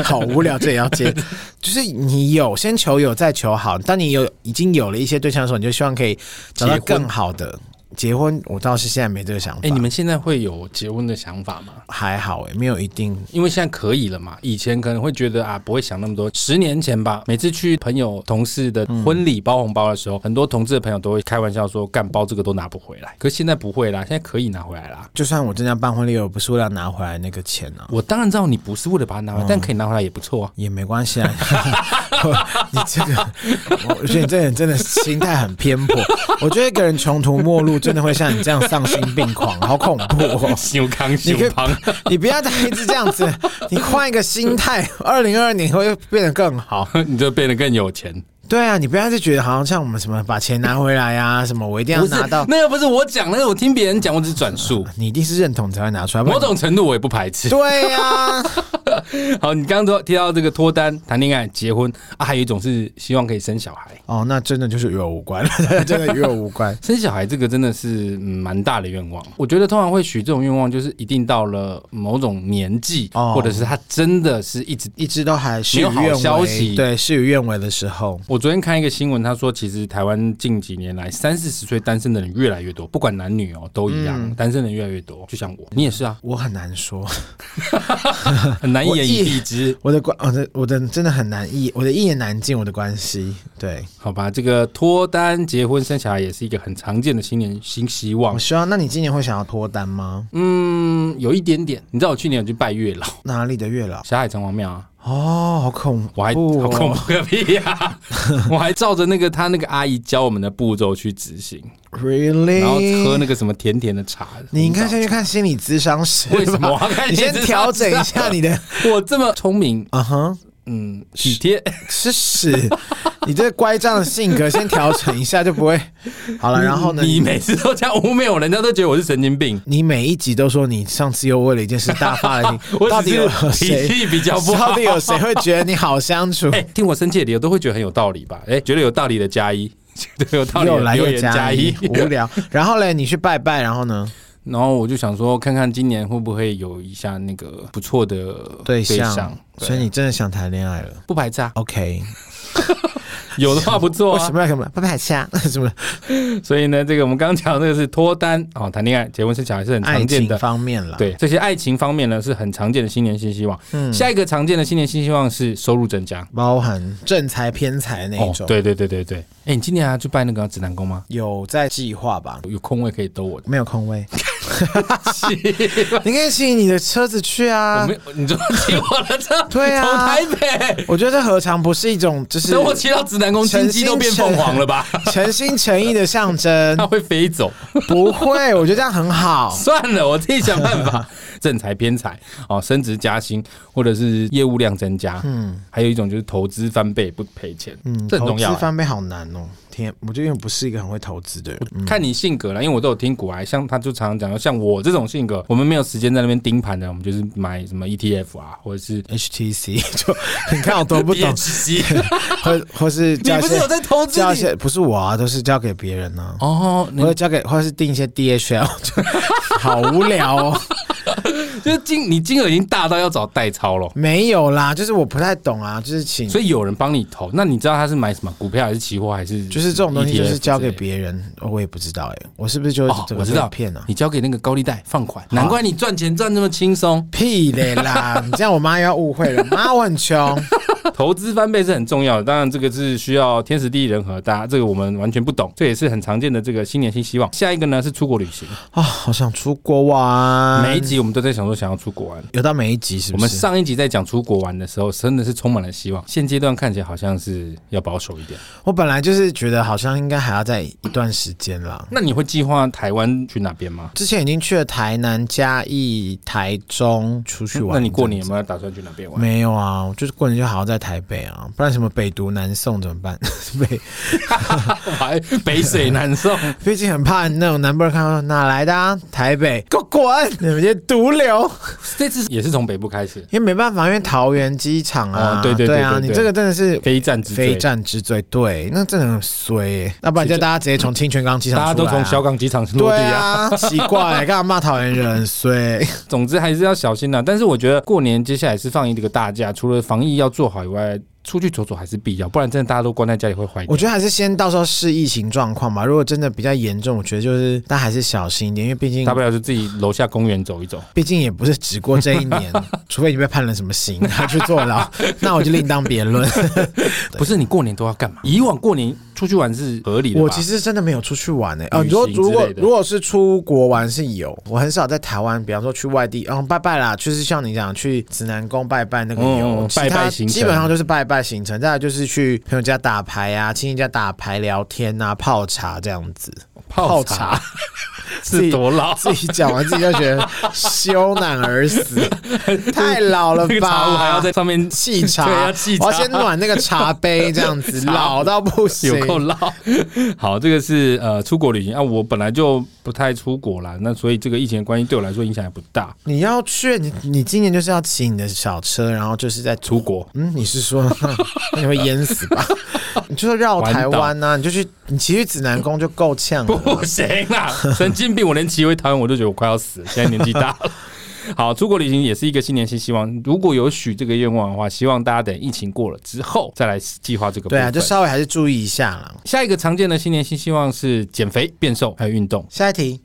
Speaker 2: 好无聊，这也要接。 就是你有先求有再求好，当你有已经有了一些对象的时候，你就希望可以找到
Speaker 1: 结婚
Speaker 2: 更好的。结婚，我倒是现在没这个想法。
Speaker 1: 哎、你们现在会有结婚的想法吗？
Speaker 2: 还好哎、没有一定。
Speaker 1: 因为现在可以了嘛，以前可能会觉得啊，不会想那么多。十年前吧，每次去朋友同事的婚礼包红包的时候，很多同志的朋友都会开玩笑说，干包这个都拿不回来。可是现在不会啦，现在可以拿回来啦。
Speaker 2: 就算我真的要办婚礼，我也不是为了拿回来那个钱啊，
Speaker 1: 我当然知道你不是为了把它拿
Speaker 2: 嗯
Speaker 1: 回来，但可以拿回来也不 错啊。
Speaker 2: 也没关系啊。我你这个，我我觉得你这个人真的心态很偏颇。我觉得一个人穷途末路，真的会像你这样丧心病狂，好恐怖哦。
Speaker 1: 修康
Speaker 2: 你可以你不要再一直这样子，你换一个心态，二零二二年会变得更好。
Speaker 1: 你就变得更有钱。
Speaker 2: 对啊，你不要再觉得好像像我们什么把钱拿回来啊，什么我一 定要
Speaker 1: 不是
Speaker 2: 拿到，，嗯
Speaker 1: 那又不是我讲，那个我听别人讲，我只是转述。
Speaker 2: 你一定是认同才会拿出来。不
Speaker 1: 某
Speaker 2: 然
Speaker 1: 种程度我也不排斥。
Speaker 2: 对啊呀、
Speaker 1: 好，你刚刚说提到这个脱单、谈恋爱、结婚啊，还有一种是希望可以生小孩。
Speaker 2: 哦，那真的就是与我无关 了，真的与我无关。
Speaker 1: 生小孩这个真的是嗯蛮大的愿望，我觉得通常会许这种愿望，就是一定到了某种年纪，
Speaker 2: 哦
Speaker 1: 或者是他真的是一直。
Speaker 2: 一直都还事
Speaker 1: 没
Speaker 2: 与
Speaker 1: 有好
Speaker 2: 愿
Speaker 1: 消息
Speaker 2: 违，对，事与愿违的时候，
Speaker 1: 我昨天看一个新闻，他说其实台湾近几年来三四十岁单身的人越来越多，不管男女哦都一样，
Speaker 2: 嗯
Speaker 1: 单身的人越来越多。就像我，你也是 啊，
Speaker 2: 我很难说，
Speaker 1: 很难一
Speaker 2: 我
Speaker 1: 言以
Speaker 2: 一
Speaker 1: 蔽之，
Speaker 2: 我的关，我的我的真的很难一，我的一言难尽，我的关系，对
Speaker 1: 好吧？这个脱单、结婚、生小孩也是一个很常见的新年新希望
Speaker 2: 哦
Speaker 1: 嗯
Speaker 2: 我。希望。那你今年会想要脱单吗？
Speaker 1: 嗯，有一点点。你知道我去年有去拜月老，
Speaker 2: 哪里的月老？
Speaker 1: 霞海城隍庙啊，
Speaker 2: 哦，好恐怖、哦，
Speaker 1: 我还、好恐怖个屁呀、 我还照着那个他那个阿姨教我们的步骤去执行，
Speaker 2: ，really？
Speaker 1: 然后喝那个什么甜甜的茶。
Speaker 2: 你应该先去看心理咨商师吧，
Speaker 1: 为什么我要看
Speaker 2: 你先
Speaker 1: 心理咨商师啊
Speaker 2: 调整一下你的，
Speaker 1: 我这么聪明，
Speaker 2: 啊哈，
Speaker 1: 嗯，体贴，
Speaker 2: 是是，你这乖张的性格先调整一下，就不会好了。然后呢，
Speaker 1: 你每次都这样污蔑我，人家都觉得我是神经病。，
Speaker 2: 你每一集都说你上次又为了一件事大发雷霆
Speaker 1: 我
Speaker 2: 到
Speaker 1: 只
Speaker 2: 底
Speaker 1: 是
Speaker 2: 有
Speaker 1: 脾
Speaker 2: 谁
Speaker 1: 气比较不好
Speaker 2: 到底有谁会觉得你好相处？
Speaker 1: 哎、听我生气的理由都会觉得很有道理吧？哎、觉得有道理的加一， 觉得有道理
Speaker 2: 又
Speaker 1: 的
Speaker 2: 来
Speaker 1: 留
Speaker 2: 又
Speaker 1: 言加
Speaker 2: 一
Speaker 1: 一，
Speaker 2: 无 聊。然后嘞，你去拜拜，然后呢？
Speaker 1: 然后我就想说，看看今年会不会有一下那个不错的
Speaker 2: 对象，
Speaker 1: 象对
Speaker 2: 所以你真的想谈恋爱了
Speaker 1: 不排斥啊，
Speaker 2: ？OK，
Speaker 1: 有的话不做
Speaker 2: 为
Speaker 1: 啊
Speaker 2: 什。么要什么拜拜下 什么
Speaker 1: 所以呢，这个我们刚刚讲的这个是脱单哦，谈恋爱、结婚生小孩是很
Speaker 2: 爱
Speaker 1: 常见
Speaker 2: 情
Speaker 1: 的。
Speaker 2: 方面了？，
Speaker 1: 对这些爱情方面呢，是很常见的新年新希望。
Speaker 2: 嗯，
Speaker 1: 下一个常见的新年新希望是收入增加。
Speaker 2: 包含正财偏财那一
Speaker 1: 哦
Speaker 2: 种，，
Speaker 1: 对对对对对。哎，你今年还要去拜那个指南宫吗？
Speaker 2: 有在计划吧？。
Speaker 1: 有空位可以兜我的
Speaker 2: 没有空位， 你可以骑你的车子 去
Speaker 1: 我
Speaker 2: 啊
Speaker 1: 没。有，你就骑我的车，
Speaker 2: 对啊
Speaker 1: 从台北，
Speaker 2: 我觉得这何尝不是一种就是
Speaker 1: 等我骑到指南宫，金鸡都变凤凰了吧？
Speaker 2: 诚心诚意的象征
Speaker 1: 它？会飞走。
Speaker 2: 不会，我觉得这样很好。
Speaker 1: 算了，我自己想办 法。正财偏财哦，升职加薪，或者是业务量增加。嗯，还有一种就是投资翻倍不赔钱，嗯，这很重要
Speaker 2: 投
Speaker 1: 啊
Speaker 2: 资。翻倍好难哦，天，我就因为不是一个很会投资的人。
Speaker 1: 看你性格啦，因为我都有听古癌，像他就常常讲，像我这种性格，我们没有时间在那边盯盘的，我们就是买什么 ETF 啊，或者是
Speaker 2: HTC 就 你看我多不懂，
Speaker 1: DHC
Speaker 2: 或或是
Speaker 1: 你
Speaker 2: 交一
Speaker 1: 不是
Speaker 2: 些
Speaker 1: 有在投资
Speaker 2: 交一
Speaker 1: 你？
Speaker 2: 些不是我啊，都是交给别人呢、啊。
Speaker 1: 哦，你
Speaker 2: 我会交给，或是订一些 DHL，就 好无 聊哦。
Speaker 1: 就是金，你金额已经大到要找代操了。
Speaker 2: 没有啦，就是我不太懂啊，就是请，
Speaker 1: 所以有人帮你投，那你知道他是买什么股票还是期货还是？
Speaker 2: 就是这种
Speaker 1: ，E
Speaker 2: 东西就是交给
Speaker 1: 人。
Speaker 2: 别人，我也不知道哎、我是不是就
Speaker 1: 哦，
Speaker 2: 怎么
Speaker 1: 我知
Speaker 2: 被
Speaker 1: 道，
Speaker 2: 骗啊？
Speaker 1: 你交给那个高利贷放款，难怪你赚钱赚那么轻松。
Speaker 2: 屁嘞啦！你这样我妈又要误会了，妈我 很穷。
Speaker 1: 投资翻倍是很重要的，当然这个是需要天时地利人和，大家这个我们完全不懂，这也是很常见的这个新年新希望。下一个呢是出国旅行，
Speaker 2: 啊、好想出国玩。
Speaker 1: 每一集我们都在想说想要出国玩。
Speaker 2: 有到每一集嗯是
Speaker 1: 我
Speaker 2: 不
Speaker 1: 们
Speaker 2: 是？
Speaker 1: 上一集在讲出国玩的时候，真的是充满了希望。现阶段看起来好像是要保守一点。
Speaker 2: 我本来就是觉得好像应该还要再一段时间啦。
Speaker 1: 那你会计划台湾去哪边吗？
Speaker 2: 之前已经去了台南、嘉义、台中出去玩。
Speaker 1: 那你过年有没有打算去哪 边玩？
Speaker 2: 没有啊？我就是过年就好好在台北啊，不然什么北读南送怎么办？ 北
Speaker 1: 还北水南送，
Speaker 2: 毕竟很怕那种南部人看到哪来的啊，台北给我滚！你们这些毒瘤，
Speaker 1: 这次也是从北部开始，
Speaker 2: 因为没办法，因为桃园机场
Speaker 1: 哦
Speaker 2: 啊，
Speaker 1: 对对对
Speaker 2: 啊，
Speaker 1: 对对
Speaker 2: 你这个真的是
Speaker 1: 非战之
Speaker 2: 非
Speaker 1: 最。
Speaker 2: 战之最，对，那真的很衰、欸，要不然就大家直接从清泉岗机场
Speaker 1: 大家
Speaker 2: 出
Speaker 1: 都
Speaker 2: 来啊、
Speaker 1: 从小港机场落
Speaker 2: 对
Speaker 1: 地啊。
Speaker 2: 啊，奇怪、干嘛骂桃园人很衰？
Speaker 1: 总之还是要小心啦、啊但是我觉得过年接下来是放一个大假，除了防疫要做好以外，出去走走还是必要，不然真的大家都关在家里会坏掉
Speaker 2: 我。觉得还是先到时候试疫情状况吧。如果真的比较严重，我觉得就是大家还是小心一点，因为毕竟
Speaker 1: 大不了就自己楼下公园走一走。
Speaker 2: 毕竟也不是只过这一 年，除非你被判了什么刑，还去坐牢，那我就另当别论。
Speaker 1: 不是你过年都要干嘛？以往过年出去玩是合理的吧？
Speaker 2: 我其实真的没有出去玩诶、欸。哦，
Speaker 1: 旅
Speaker 2: 你
Speaker 1: 行
Speaker 2: 说如
Speaker 1: 之
Speaker 2: 果
Speaker 1: 类的
Speaker 2: 如果是出国玩是有，我很少在台湾，比方说去外地，嗯、拜拜啦，就是像你讲去指南宫拜拜那个有，
Speaker 1: 嗯嗯
Speaker 2: 其他
Speaker 1: 拜拜行程
Speaker 2: 基本上就是拜拜行程，再来就是去朋友家打牌啊，亲戚家打牌聊天啊，泡茶这样子。
Speaker 1: 泡茶 是多 老？
Speaker 2: 自己讲完自己就觉得羞赧而死， 太老了
Speaker 1: 那个茶壶还要
Speaker 2: 吧
Speaker 1: 在？上面
Speaker 2: 沏茶，
Speaker 1: 对要沏茶
Speaker 2: 我要先暖那个茶杯，这样 子
Speaker 1: 茶
Speaker 2: 老到不行
Speaker 1: 有。够老。 好，这个是呃出国旅行啊，我本来就不太出国啦，那所以这个疫情的关系对我来说影响也不大。
Speaker 2: 你要去，你你今年就是要骑你的小车，然后就是在
Speaker 1: 出国
Speaker 2: 嗯，你是说 那你会淹死 吧？你就说绕台湾呐、你就去，你骑去指南宫就够呛了。
Speaker 1: 不行啦，神经病！我连骑回台湾我都觉得我快要死了，现在年纪大 了。好，出国旅行也是一个新年新希望。如果有许这个愿望的话，希望大家等疫情过了之后再来计划这个部
Speaker 2: 对
Speaker 1: 分。
Speaker 2: 啊，就稍微还是注意一下啦。
Speaker 1: 下一个常见的新年新希望是减肥、变瘦还有运 动。
Speaker 2: 下一题，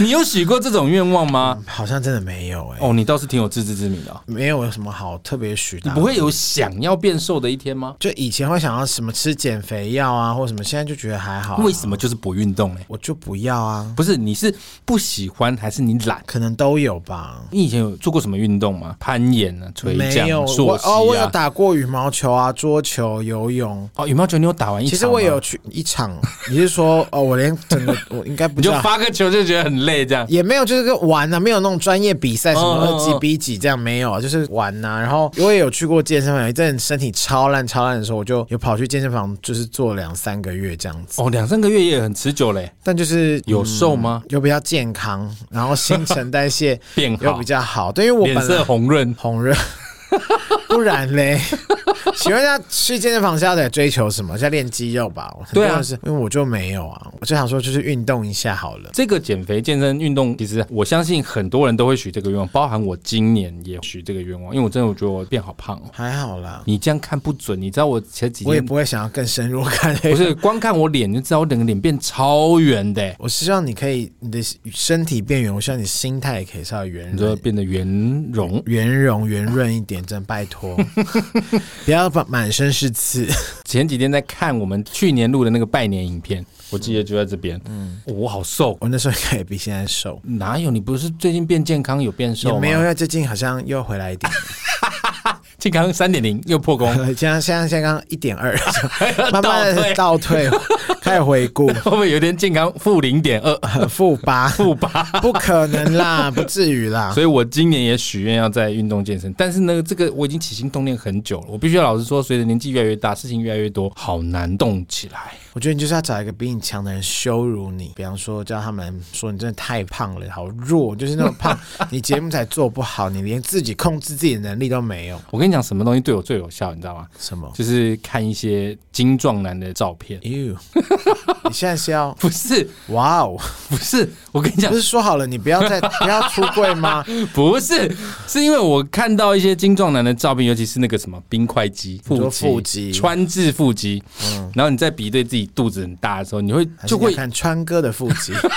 Speaker 1: 你有许过这种愿望吗？
Speaker 2: 好像真的没有哎、
Speaker 1: 哦，你倒是挺有自知之明的哦、
Speaker 2: 没有有什么好特别许的
Speaker 1: 你
Speaker 2: 啊、
Speaker 1: 不会有想要变瘦的一天吗？
Speaker 2: 就以前会想要什么吃减肥药啊，或什么，现在就觉得还好、啊
Speaker 1: 为什么就是不运动呢？
Speaker 2: 我就不要啊？
Speaker 1: 不是，你是不喜欢还是你懒？
Speaker 2: 可能都有有吧？
Speaker 1: 你以前有做过什么运动吗？攀岩啊，垂
Speaker 2: 没有，
Speaker 1: 降、
Speaker 2: 我
Speaker 1: 溯
Speaker 2: 哦，我
Speaker 1: 溪
Speaker 2: 有
Speaker 1: 啊。
Speaker 2: 打过羽毛球啊、桌球、游泳。
Speaker 1: 哦，羽毛球你有打完一场？
Speaker 2: 其实我也有，去一场， 你是说哦，我连整个我应该不
Speaker 1: 你
Speaker 2: 知
Speaker 1: 就
Speaker 2: 道，
Speaker 1: 发个球就觉得很累这样。
Speaker 2: 也没有就是个玩啊，没有那种专业比赛什么
Speaker 1: 哦哦哦
Speaker 2: 二几比几这样没有，啊就是玩呐、然后我也有去过健身房，有一阵身体超烂超烂的时候，我就有跑去健身房，就是做两三个月这样子。
Speaker 1: 哦，两三个月也很持久嘞，
Speaker 2: 但就是
Speaker 1: 有瘦吗？
Speaker 2: 又比较健康，然后新陈 代谢
Speaker 1: 变
Speaker 2: 又
Speaker 1: 好
Speaker 2: 比，较好。对，因为我
Speaker 1: 脸
Speaker 2: 本
Speaker 1: 色
Speaker 2: 来
Speaker 1: 红润。
Speaker 2: 红热， 不然嘞？ 请问一下，去健身房是要得追求什么？是要练肌肉吧？
Speaker 1: 对啊
Speaker 2: 很多人是因为我就没有啊，我就想说就是运动一下好了。
Speaker 1: 这个减肥、健身、运动，其实我相信很多人都会许这个愿望，包含我今年也许这个愿望，因为我真的我觉得我变好胖哦。
Speaker 2: 还好啦，
Speaker 1: 你这样看不准，你知道我前几
Speaker 2: 我也
Speaker 1: 天
Speaker 2: 不会想要更深入看、
Speaker 1: 不是光看我脸就知道我整个脸变超圆的欸，
Speaker 2: 我希望你可以，你的身体变圆，我希望你心态也可以稍微圆
Speaker 1: 你就
Speaker 2: 润、
Speaker 1: 变得圆融。
Speaker 2: 圆融、圆润一点，真的拜 托，不要把满身是刺。
Speaker 1: 前几天在看我们去年录的那个拜年影片，我记得就在这边。嗯，我好瘦，
Speaker 2: 我那时候应该也比现在瘦，
Speaker 1: 哪有？你不是最近变健康有变瘦
Speaker 2: 也
Speaker 1: 吗？
Speaker 2: 没有，因，为最近好像又回来一点。
Speaker 1: 健康三点零又破 功，
Speaker 2: 现在现在现在刚一点二，慢慢
Speaker 1: 倒退
Speaker 2: 的倒退，开始回顾
Speaker 1: 会不会有点健康负零点二？
Speaker 2: 负八，
Speaker 1: 负八。
Speaker 2: 不可能啦，不至于啦。
Speaker 1: 所以我今年也许愿要在运动健身，但是呢，这个我已经起心动念很久了。我必须要老实说，随着年纪越来越大，事情越来越多，好难动起来。
Speaker 2: 我觉得你就是要找一个比你强的人羞辱你，比方说叫他们说你真的太胖了，好弱，就是那种胖，你节目才做不好，你连自己控制自己的能力都没有。
Speaker 1: 我跟你讲，什么东西对我最有效，你知道吗？
Speaker 2: 什么？
Speaker 1: 就是看一些精壮男的照片。
Speaker 2: 哟，你现在是要
Speaker 1: 不是，
Speaker 2: 哇哦？
Speaker 1: 不是，我跟你讲
Speaker 2: 不，是说好了你不要再不要出柜吗？
Speaker 1: 不是，是因为我看到一些精壮男的照片，尤其是那个什么冰块肌、
Speaker 2: 你
Speaker 1: 腹
Speaker 2: 说
Speaker 1: 肌、
Speaker 2: 腹肌
Speaker 1: 川字腹肌，然后你再比对自己肚子很大的时候，你会
Speaker 2: 还是
Speaker 1: 就
Speaker 2: 你要
Speaker 1: 会，
Speaker 2: 看川哥的腹肌。哦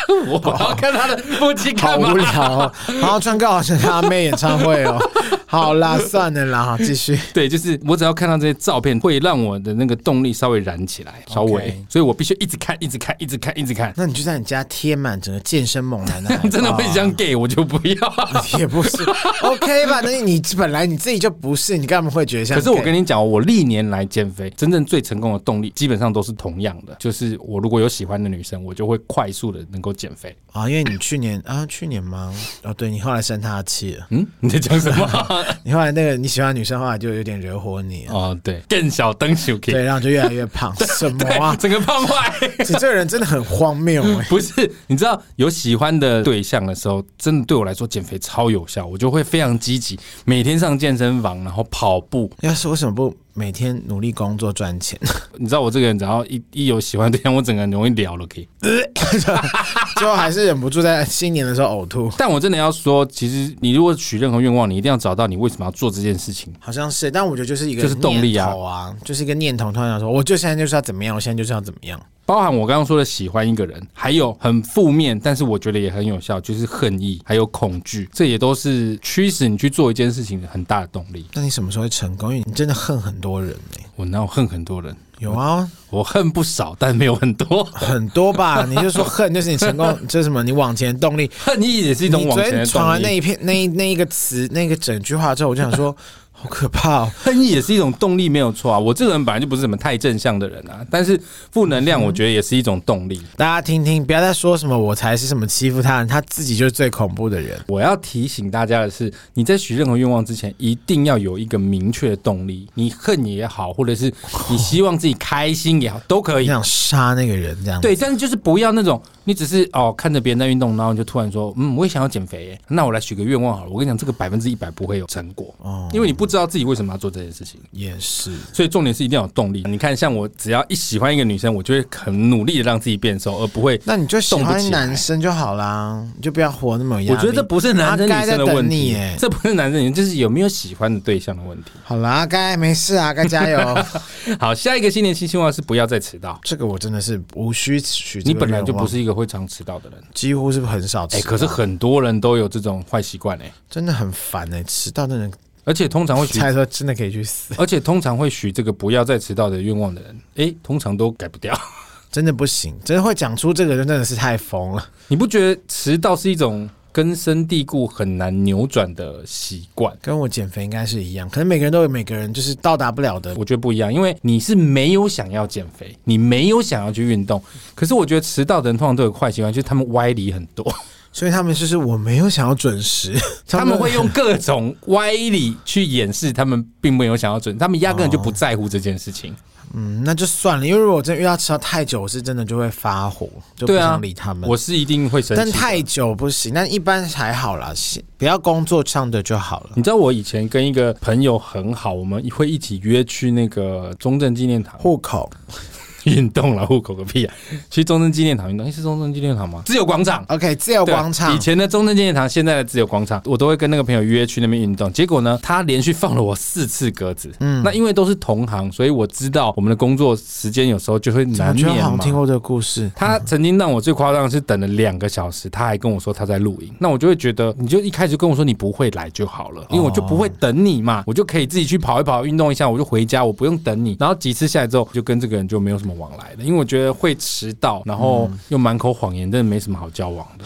Speaker 1: 我要 看他的腹肌
Speaker 2: 好
Speaker 1: 干嘛
Speaker 2: 无？聊、哦，然后川哥好像他妹演唱会 哦。好啦，算了啦，好继续。
Speaker 1: 对，就是我只要看到这些照片，会让我的那个动力稍微燃起来，稍微
Speaker 2: OK
Speaker 1: 所以我必须一直看，一直看，一直看，一直 看。
Speaker 2: 那你就在你家贴满整个健身猛男的海报 啊，
Speaker 1: 真的会想 gay，我就不要。
Speaker 2: 也不是 OK 吧？那你本来你自己就不是，你干嘛会觉得像
Speaker 1: 可是
Speaker 2: gay？
Speaker 1: 我跟你讲，我历年来减肥，真正最成功的动力，基本上都是同样的，就是我如果有喜欢的女生，我就会快速的能够减肥。
Speaker 2: 啊，因为你去年啊，去年吗？哦，对你后来生他的气了，
Speaker 1: 嗯，你在讲什 么？
Speaker 2: 你后来那个你喜欢的女生后来就有点惹火你了，
Speaker 1: 哦，对，更小灯小 K，
Speaker 2: 对，然后就越来越胖，什么啊？
Speaker 1: 整个胖坏。
Speaker 2: 你这个人真的很荒谬哎、
Speaker 1: 不是，你知道有喜欢的对象的时候，真的对我来说减肥超有效，我就会非常积极，每天上健身房，然后跑步。
Speaker 2: 要是为什么不每天努力工作赚钱？
Speaker 1: 你知道我这个人，只要一一有喜欢对象，我整个人容易聊了，可以。
Speaker 2: 最后还是忍不住在新年的时候呕吐。
Speaker 1: 但我真的要说，其实你如果许任何愿望，你一定要找到你为什么要做这件事情。
Speaker 2: 好像是，但我觉得就是一个
Speaker 1: 就是动力啊
Speaker 2: 念头啊，就是一个念头。突然想说，我就现在就是要怎么样，我现在就是要怎么样。
Speaker 1: 包含我刚刚说的喜欢一个人，还有很负面，但是我觉得也很有效，就是恨意，还有恐惧，这也都是驱使你去做一件事情的很大的动力。
Speaker 2: 那你什么时候会成功？因为你真的恨很多人呢、
Speaker 1: 我哪有恨很多人？
Speaker 2: 有啊，
Speaker 1: 我恨不少，但没有很 多。
Speaker 2: 很多吧？你就说恨，就是你成功， 就是什么？你往前的动力。
Speaker 1: 恨意也是一
Speaker 2: 你
Speaker 1: 种往
Speaker 2: 昨
Speaker 1: 前
Speaker 2: 天
Speaker 1: 的
Speaker 2: 传完
Speaker 1: 动
Speaker 2: 那
Speaker 1: 力，
Speaker 2: 一篇、那一那一个词、那个整句话之后，我就想说， 好可怕哦！
Speaker 1: 恨意也是一种动力，没有错啊。我这个人本来就不是什么太正向的人啊，但是负能量我觉得也是一种动力。
Speaker 2: 大家听听，不要再说什么我才是什么欺负他人，他自己就是最恐怖的人。
Speaker 1: 我要提醒大家的是，你在许任何愿望之前，一定要有一个明确的动力。你恨也好，或者是你希望自己开心也好，都可
Speaker 2: 你
Speaker 1: 以。
Speaker 2: 想杀 那个人这样？，
Speaker 1: 对，但是就是不要那种，你只是哦看着别人在运动，然后你就突然说，嗯，我也想要减肥耶，那我来许个愿望好了。我跟你讲，这个百分之一百不会有成果，
Speaker 2: 哦
Speaker 1: 因为你不知道自己为什么要做这件事情。
Speaker 2: 也是。
Speaker 1: 所以重点是一定要有动力。你看，像我只要一喜欢一个女生，我就会很努力的让自己变瘦，而不会。
Speaker 2: 那你就喜
Speaker 1: 动不
Speaker 2: 欢
Speaker 1: 起来
Speaker 2: 男生就好啦，你就不要活那么有压
Speaker 1: 啊我
Speaker 2: 力。
Speaker 1: 觉得这不是男生
Speaker 2: 阿
Speaker 1: 女
Speaker 2: 该在
Speaker 1: 生的
Speaker 2: 等
Speaker 1: 问
Speaker 2: 你
Speaker 1: 题
Speaker 2: 耶，
Speaker 1: 这不是男生女生，就是有没有喜欢的对象的问题。
Speaker 2: 好啦，该没事啊，该 加油。
Speaker 1: 好，下一个新年新希望是不要再迟到。
Speaker 2: 这个我真的是无需许这
Speaker 1: 你
Speaker 2: 个
Speaker 1: 本来就
Speaker 2: 愿望
Speaker 1: 不，是一个会常迟到的人，
Speaker 2: 几乎是很少迟
Speaker 1: 哎、
Speaker 2: 到，
Speaker 1: 可是很多人都有这种坏习惯哎，
Speaker 2: 真的很烦哎、迟到真的，
Speaker 1: 而且通常会许，
Speaker 2: 才说真的可以去死，
Speaker 1: 而且通常会许这个不要再迟到的愿望的人，哎、通常都改不掉。
Speaker 2: 真的不行，真的会讲出这个人真的是太疯了。
Speaker 1: 你不觉得迟到是一种根深蒂固、很难扭转的习惯。
Speaker 2: 跟我减肥应该是一样，可能每个人都有每个人就是到达不了的。
Speaker 1: 我觉得不一样，因为你是没有想要减肥，你没有想要去运动，可是我觉得迟到的人通常都有坏习惯，就是他们歪理很多，
Speaker 2: 所以他们就是我没有想要准时，
Speaker 1: 他们会用各种歪理去掩饰他们并没有想要准，他们压根就不在乎这件事情。
Speaker 2: 嗯，那就算了，因为如果我真的遇到迟到太久，我是真的就会发火，就不
Speaker 1: 对啊
Speaker 2: 想理他们。
Speaker 1: 我是一定会生气
Speaker 2: 但
Speaker 1: 的，
Speaker 2: 太久不行，但一般还好啦，是不要工作上的就好了。
Speaker 1: 你知道我以前跟一个朋友很好，我们会一起约去那个中正纪念堂
Speaker 2: 户口
Speaker 1: 运动了，户口个屁啊！去中正纪念堂运动，诶是中正纪念堂吗？自由广场。
Speaker 2: ，OK，自由
Speaker 1: 对啊
Speaker 2: 广场
Speaker 1: 以前的中正纪念堂，现在的自由广场，我都会跟那个朋友约去那边运动。结果呢，他连续放了我四次鸽子。嗯，那因为都是同行，所以我知道我们的工作时间有时候就会
Speaker 2: 我
Speaker 1: 难
Speaker 2: 觉
Speaker 1: 免
Speaker 2: 得好像
Speaker 1: 嘛。
Speaker 2: 听过这个故事。
Speaker 1: 他曾经让我最夸张的是等了两个小时，他还跟我说他在录音，那我就会觉得你就一开始就跟我说你不会来就好
Speaker 2: 哦
Speaker 1: 了，因为我就不会等你嘛，我就可以自己去跑一跑，运动一下，我就回家，我不用等你。然后几次下来之后，就跟这个人就没有什么往来了，因为我觉得会迟到，然后
Speaker 2: 嗯
Speaker 1: 又满口谎言，真的没什么好交往的。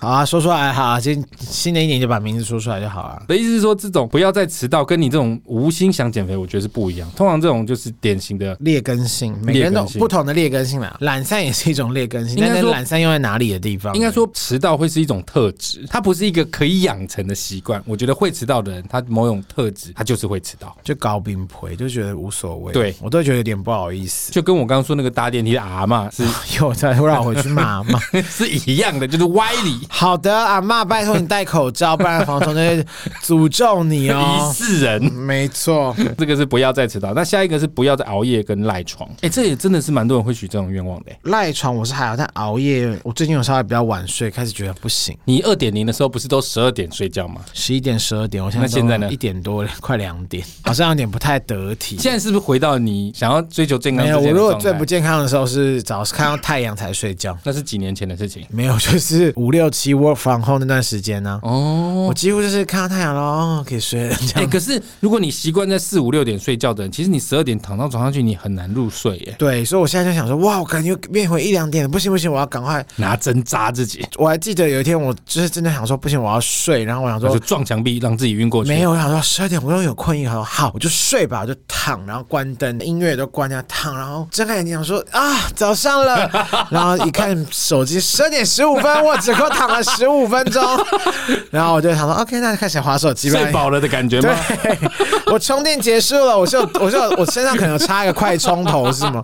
Speaker 2: 好啊，说出来好、啊，新新的一年就把名字说出来就好啊了。
Speaker 1: 我的意思是说，这种不要再迟到，跟你这种无心想减肥，我觉得是不一样。通常这种就是典型的。
Speaker 2: 劣根性，每个人都
Speaker 1: 劣
Speaker 2: 有
Speaker 1: 根性
Speaker 2: 不同的劣根性啦。懒散也是一种劣根性，
Speaker 1: 应该
Speaker 2: 但是
Speaker 1: 说
Speaker 2: 懒散用在哪里的地方？
Speaker 1: 应该说，迟到会是一种特质，它不是一个可以养成的习惯。我觉得会迟到的人，他某种特质，他就是会迟到。
Speaker 2: 就搞饼皮，就觉得无所谓。
Speaker 1: 对
Speaker 2: 我都觉得有点不好意思，
Speaker 1: 就跟我刚刚说那个搭电梯的阿嬷是
Speaker 2: 又再会让我回去骂 骂。
Speaker 1: 是一样的，就是歪理，
Speaker 2: 好的，阿妈，拜托你戴口罩，不然房东就会诅咒你
Speaker 1: 一
Speaker 2: 哦。
Speaker 1: 世人。
Speaker 2: 没错，
Speaker 1: 这个是不要再迟到，那下一个是不要再熬夜跟赖床。哎、这也真的是蛮多人会许这种愿望的、欸诶
Speaker 2: 赖床我是还好，但熬夜我最近有稍微比较晚睡，开始觉得不行，
Speaker 1: 你二点零的时候不是都十二点睡觉吗？
Speaker 2: 十一点、十二点，我现在
Speaker 1: 那现在呢
Speaker 2: 一点多了，快两点，好像有点不太得体。
Speaker 1: 现在是不是回到你想要追求健康
Speaker 2: 没
Speaker 1: 之
Speaker 2: 有，
Speaker 1: 前
Speaker 2: 我
Speaker 1: 的
Speaker 2: 如果
Speaker 1: 状态
Speaker 2: 最不健康的时候是早上看到太阳才睡觉。
Speaker 1: 那是几年前的事情
Speaker 2: 没有，就是五六七 work from home 那段时间呢、
Speaker 1: 哦。
Speaker 2: 我几乎就是看到太阳了，哦，可以睡了这
Speaker 1: 哎、
Speaker 2: 样。
Speaker 1: 可是如果你习惯在四五六点睡觉的人，其实你十二点躺到床上去，你很难入睡耶、
Speaker 2: 对，所以我现在就想说，哇，我感觉变回一两点了，不行不行，我要赶快。
Speaker 1: 拿针扎自己，
Speaker 2: 我还记得有一天，我就是真的想说，不行，我要睡。然后我想
Speaker 1: 然后
Speaker 2: 说
Speaker 1: 就，撞墙壁让自己晕过去。
Speaker 2: 没有，我想说十二点我又有困意，我想说好，我就睡吧，我就躺，然后关灯，音乐也都关掉，躺，然后睁开眼睛想说啊，早上 了，然后一看手机十二点十五分，我只够躺了十五分 钟，然后我就想说 OK，那就开始划手机吧。
Speaker 1: 睡饱了的感觉吗？
Speaker 2: 对，我充电结束了，我就我就我身上可能有插一个快充头是吗？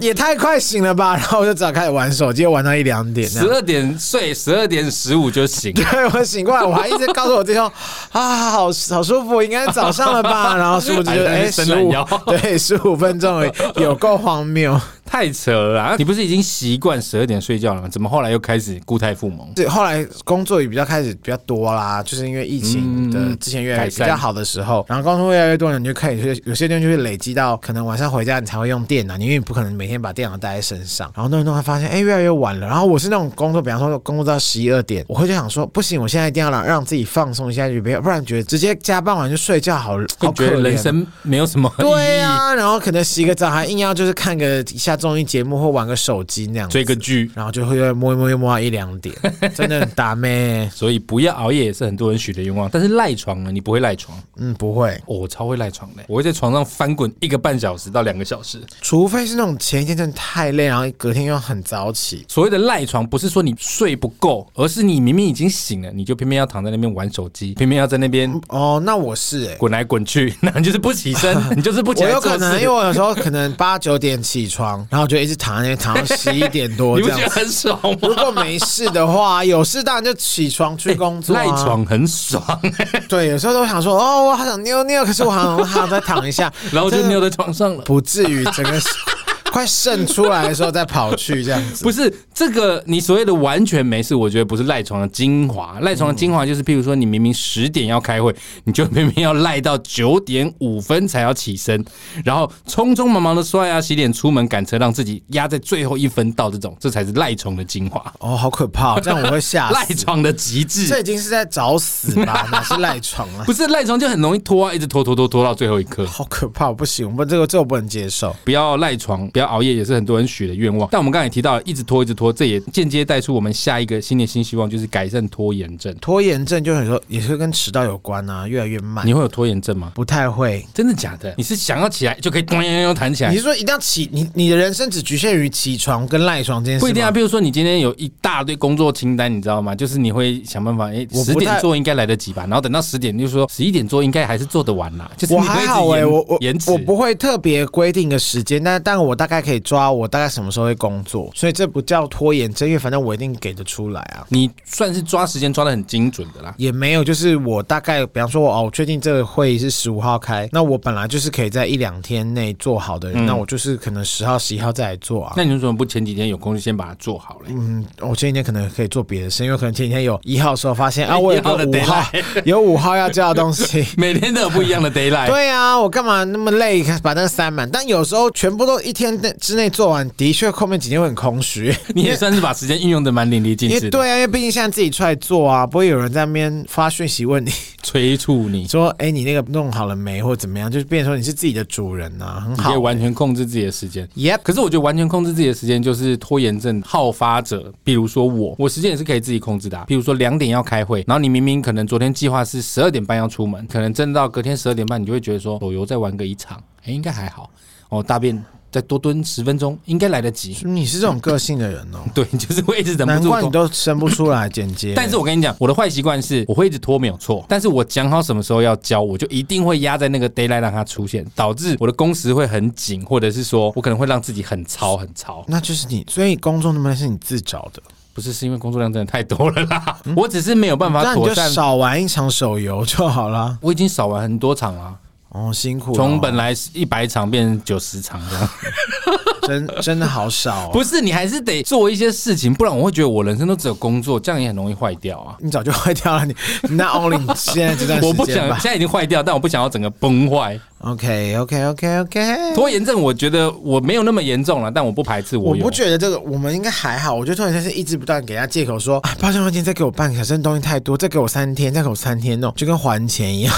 Speaker 2: 也太快醒了吧！然后我就只好开始玩手机，玩到一两点这
Speaker 1: 十
Speaker 2: 样。
Speaker 1: 二点睡，十二点十五就醒。
Speaker 2: 对我醒过来，我还一直告诉我弟兄 啊，好好舒服，应该早上了吧？然后殊不知
Speaker 1: 还在
Speaker 2: 就
Speaker 1: 那
Speaker 2: 哎
Speaker 1: 边伸
Speaker 2: 十
Speaker 1: 懒
Speaker 2: 五
Speaker 1: 腰
Speaker 2: 对十五分钟而已，有够荒谬。
Speaker 1: 太扯了啊！你不是已经习惯十二点睡觉了吗？怎么后来又开始固态复萌？
Speaker 2: 对，后来工作也比较开始比较多啦，就是因为疫情的
Speaker 1: 嗯
Speaker 2: 之前越来
Speaker 1: 改
Speaker 2: 越比
Speaker 1: 善
Speaker 2: 较好的时候，然后工作越来越多了，你就开始有些地方就会累积到可能晚上回家你才会用电脑，你因为你不可能每天把电脑带在身上，然后弄一弄还发现哎、越来越晚了，然后我是那种工作，比方说工作到十一二点，我会就想说不行，我现在一定要让让自己放松一下，就不要不然觉得直接加班完就睡觉好好
Speaker 1: 会
Speaker 2: 可
Speaker 1: 觉得
Speaker 2: 怜
Speaker 1: 人生没有什么意义，
Speaker 2: 对呀、然后可能洗个澡还硬要就是看个一下综艺节目或玩个手机那样子
Speaker 1: 追个剧。
Speaker 2: 然后就会摸一摸又摸到一 两点，真的很打咩？
Speaker 1: 所以不要熬夜也是很多人许的愿望，但是赖床呢？你不会赖床、
Speaker 2: 嗯，不会，
Speaker 1: 哦，我超会赖床的，我会在床上翻滚一个半小时到两个小时。
Speaker 2: 除非是那种前一天真的太累，然后隔天又很早起。
Speaker 1: 所谓的赖床，不是说你睡不够，而是你明明已经醒了，你就偏偏要躺在那边玩手机，偏偏要在那边
Speaker 2: 哦，那我是哎、
Speaker 1: 滚来滚去， 然后你就是不起 身，你就是不起
Speaker 2: 我
Speaker 1: 来
Speaker 2: 有
Speaker 1: 做事。
Speaker 2: 可能，因为我有时候可能八九点起床，然后就一直躺在那边躺到十一点多
Speaker 1: 你不
Speaker 2: 这
Speaker 1: 觉得
Speaker 2: 样。
Speaker 1: 很爽吗？
Speaker 2: 如果没事的话，有事当然就起床去工作、啊。
Speaker 1: 赖床很爽，
Speaker 2: 对，有时候都想说，哦，我好想尿尿，可是我好想好想再躺一下，
Speaker 1: 然后就
Speaker 2: 真的
Speaker 1: 尿在床上了。
Speaker 2: 不至于整个 快渗出来的时候再跑去这样子。
Speaker 1: 不是这个，你所谓的完全没事，我觉得不是赖床的精华。赖床的精华就是，譬如说，你明明十点要开会，你就偏偏要赖到九点五分才要起身，然后匆匆忙忙的刷牙、洗脸、出门赶车，让自己压在最后一分到，这种这才是赖床的精华，
Speaker 2: 哦，好可怕、哦，这样我会吓
Speaker 1: 赖
Speaker 2: 死。
Speaker 1: 床的极
Speaker 2: 这
Speaker 1: 致。
Speaker 2: 已经是在找死 吧？哪是赖床啊？
Speaker 1: 不是赖床就很容易拖啊，一直拖拖拖拖到最后一刻。
Speaker 2: 好可怕，我不行，我不这个这个我不能接受。
Speaker 1: 不要赖床，不要熬夜也是很多人许的愿望。但我们刚才也提到，一直拖一直拖，这也间接带出我们下一个新年新希望，就是改善拖延症。
Speaker 2: 拖延症就是说也是跟迟到有关啊，越来越慢。
Speaker 1: 你会有拖延症吗？
Speaker 2: 不太会。
Speaker 1: 真的假的？你是想要起来就可以咚咚咚弹起来
Speaker 2: 你？是说一定要起你你的人生只局限于起床跟赖床这件事吗？
Speaker 1: 不一定啊，比如说你今天有一大堆工作清单，你知道吗？就是你会想办法，哎、
Speaker 2: 我不
Speaker 1: 十
Speaker 2: 太
Speaker 1: 点做应该来得及吧？然后等到十点，你就说十一点做应该还是做得完啦。就是
Speaker 2: 我
Speaker 1: 你会
Speaker 2: 还
Speaker 1: 一直
Speaker 2: 好哎、
Speaker 1: 延
Speaker 2: 我我
Speaker 1: 延迟
Speaker 2: 我不会特别规定个时间，但但我大概可以抓我大概什么时候会工作，所以这不叫拖延症，因为反正我一定给得出来啊。
Speaker 1: 你算是抓时间抓的很精准的啦。
Speaker 2: 也没有，就是我大概，比方说我，哦，我确定这个会议是十五号开，那我本来就是可以在一两天内做好
Speaker 1: 嗯
Speaker 2: 的人，那我就是可能十号、十一号再来做啊。
Speaker 1: 那你为什么不前几天有空就先把它做好嘞？
Speaker 2: 嗯，我前几天可能可以做别的事，因为可能前几天有一号的时候发现啊，我有
Speaker 1: 一
Speaker 2: 个
Speaker 1: 号的
Speaker 2: 五号， 有五号要交的 东西，
Speaker 1: 每天都有不一 样的 d a y l i g h t
Speaker 2: 对啊，我干嘛那么累把那个塞满？但有时候全部都一天内之内做完，的确后面几天会很空虚。
Speaker 1: 你 也算是把时间运用的蛮淋漓尽
Speaker 2: 因为
Speaker 1: 致的，
Speaker 2: 对啊，因为毕竟现在自己出来做啊，不会有人在那边发讯息问你
Speaker 1: 催促你，
Speaker 2: 说，哎、你那个弄好了没，或者怎么样，就是变成说你是自己的主人呐、啊，很
Speaker 1: 你可以
Speaker 2: 好。
Speaker 1: 完全控制自己的时间。
Speaker 2: Yep，
Speaker 1: 可是我觉得完全控制自己的时间就是拖延症好发者，比如说我，我时间也是可以自己控制的、啊。比如说两点要开会，然后你明明可能昨天计划是十二点半要出门，可能真的到隔天十二点半，你就会觉得说手游再玩个一场，哎、应该还好。哦，大便再多蹲十分钟，应该来得及。
Speaker 2: 你是这种个性的人 哦、
Speaker 1: 对，就是会一直忍
Speaker 2: 难
Speaker 1: 不住
Speaker 2: 怪你
Speaker 1: 拖。
Speaker 2: 都生不出来剪接。
Speaker 1: 但是我跟你讲，我的坏习惯是我会一直拖没有错，但是我讲好什么时候要交，我就一定会压在那个 d a y l i g h t 让它出现，导致我的工时会很紧，或者是说我可能会让自己很超很超。
Speaker 2: 那就是你，所以工作那么累是你自找的，
Speaker 1: 不是，是因为工作量真的太多了啦。我只是没有办
Speaker 2: 嗯那
Speaker 1: 法
Speaker 2: 你
Speaker 1: 妥
Speaker 2: 就
Speaker 1: 善。
Speaker 2: 少玩一场手游就好啦。
Speaker 1: 我已经少玩很多场了，
Speaker 2: 哦，辛苦了哦，
Speaker 1: 从本来一百场变成九十场这 样。
Speaker 2: 真真的好少、哦，
Speaker 1: 不是，你还是得做一些事情，不然我会觉得我人生都只有工作，这样也很容易坏掉啊。
Speaker 2: 你早就坏掉了。你你那 only 现在这段
Speaker 1: 我不
Speaker 2: 时
Speaker 1: 想
Speaker 2: 间吧嗯
Speaker 1: 现在已经坏掉，但我不想要整个崩坏。
Speaker 2: ？OK OK OK OK。
Speaker 1: 拖延症，我觉得我没有那么严重了，但我不排斥
Speaker 2: 我
Speaker 1: 我有。
Speaker 2: 不觉得这个，我们应该还好。我觉得拖延症是一直不断给人家借口说，哎，抱歉，抱歉，再给我半个小时，东西太多，再给我三天，再给我三 天，那种就跟还钱一样。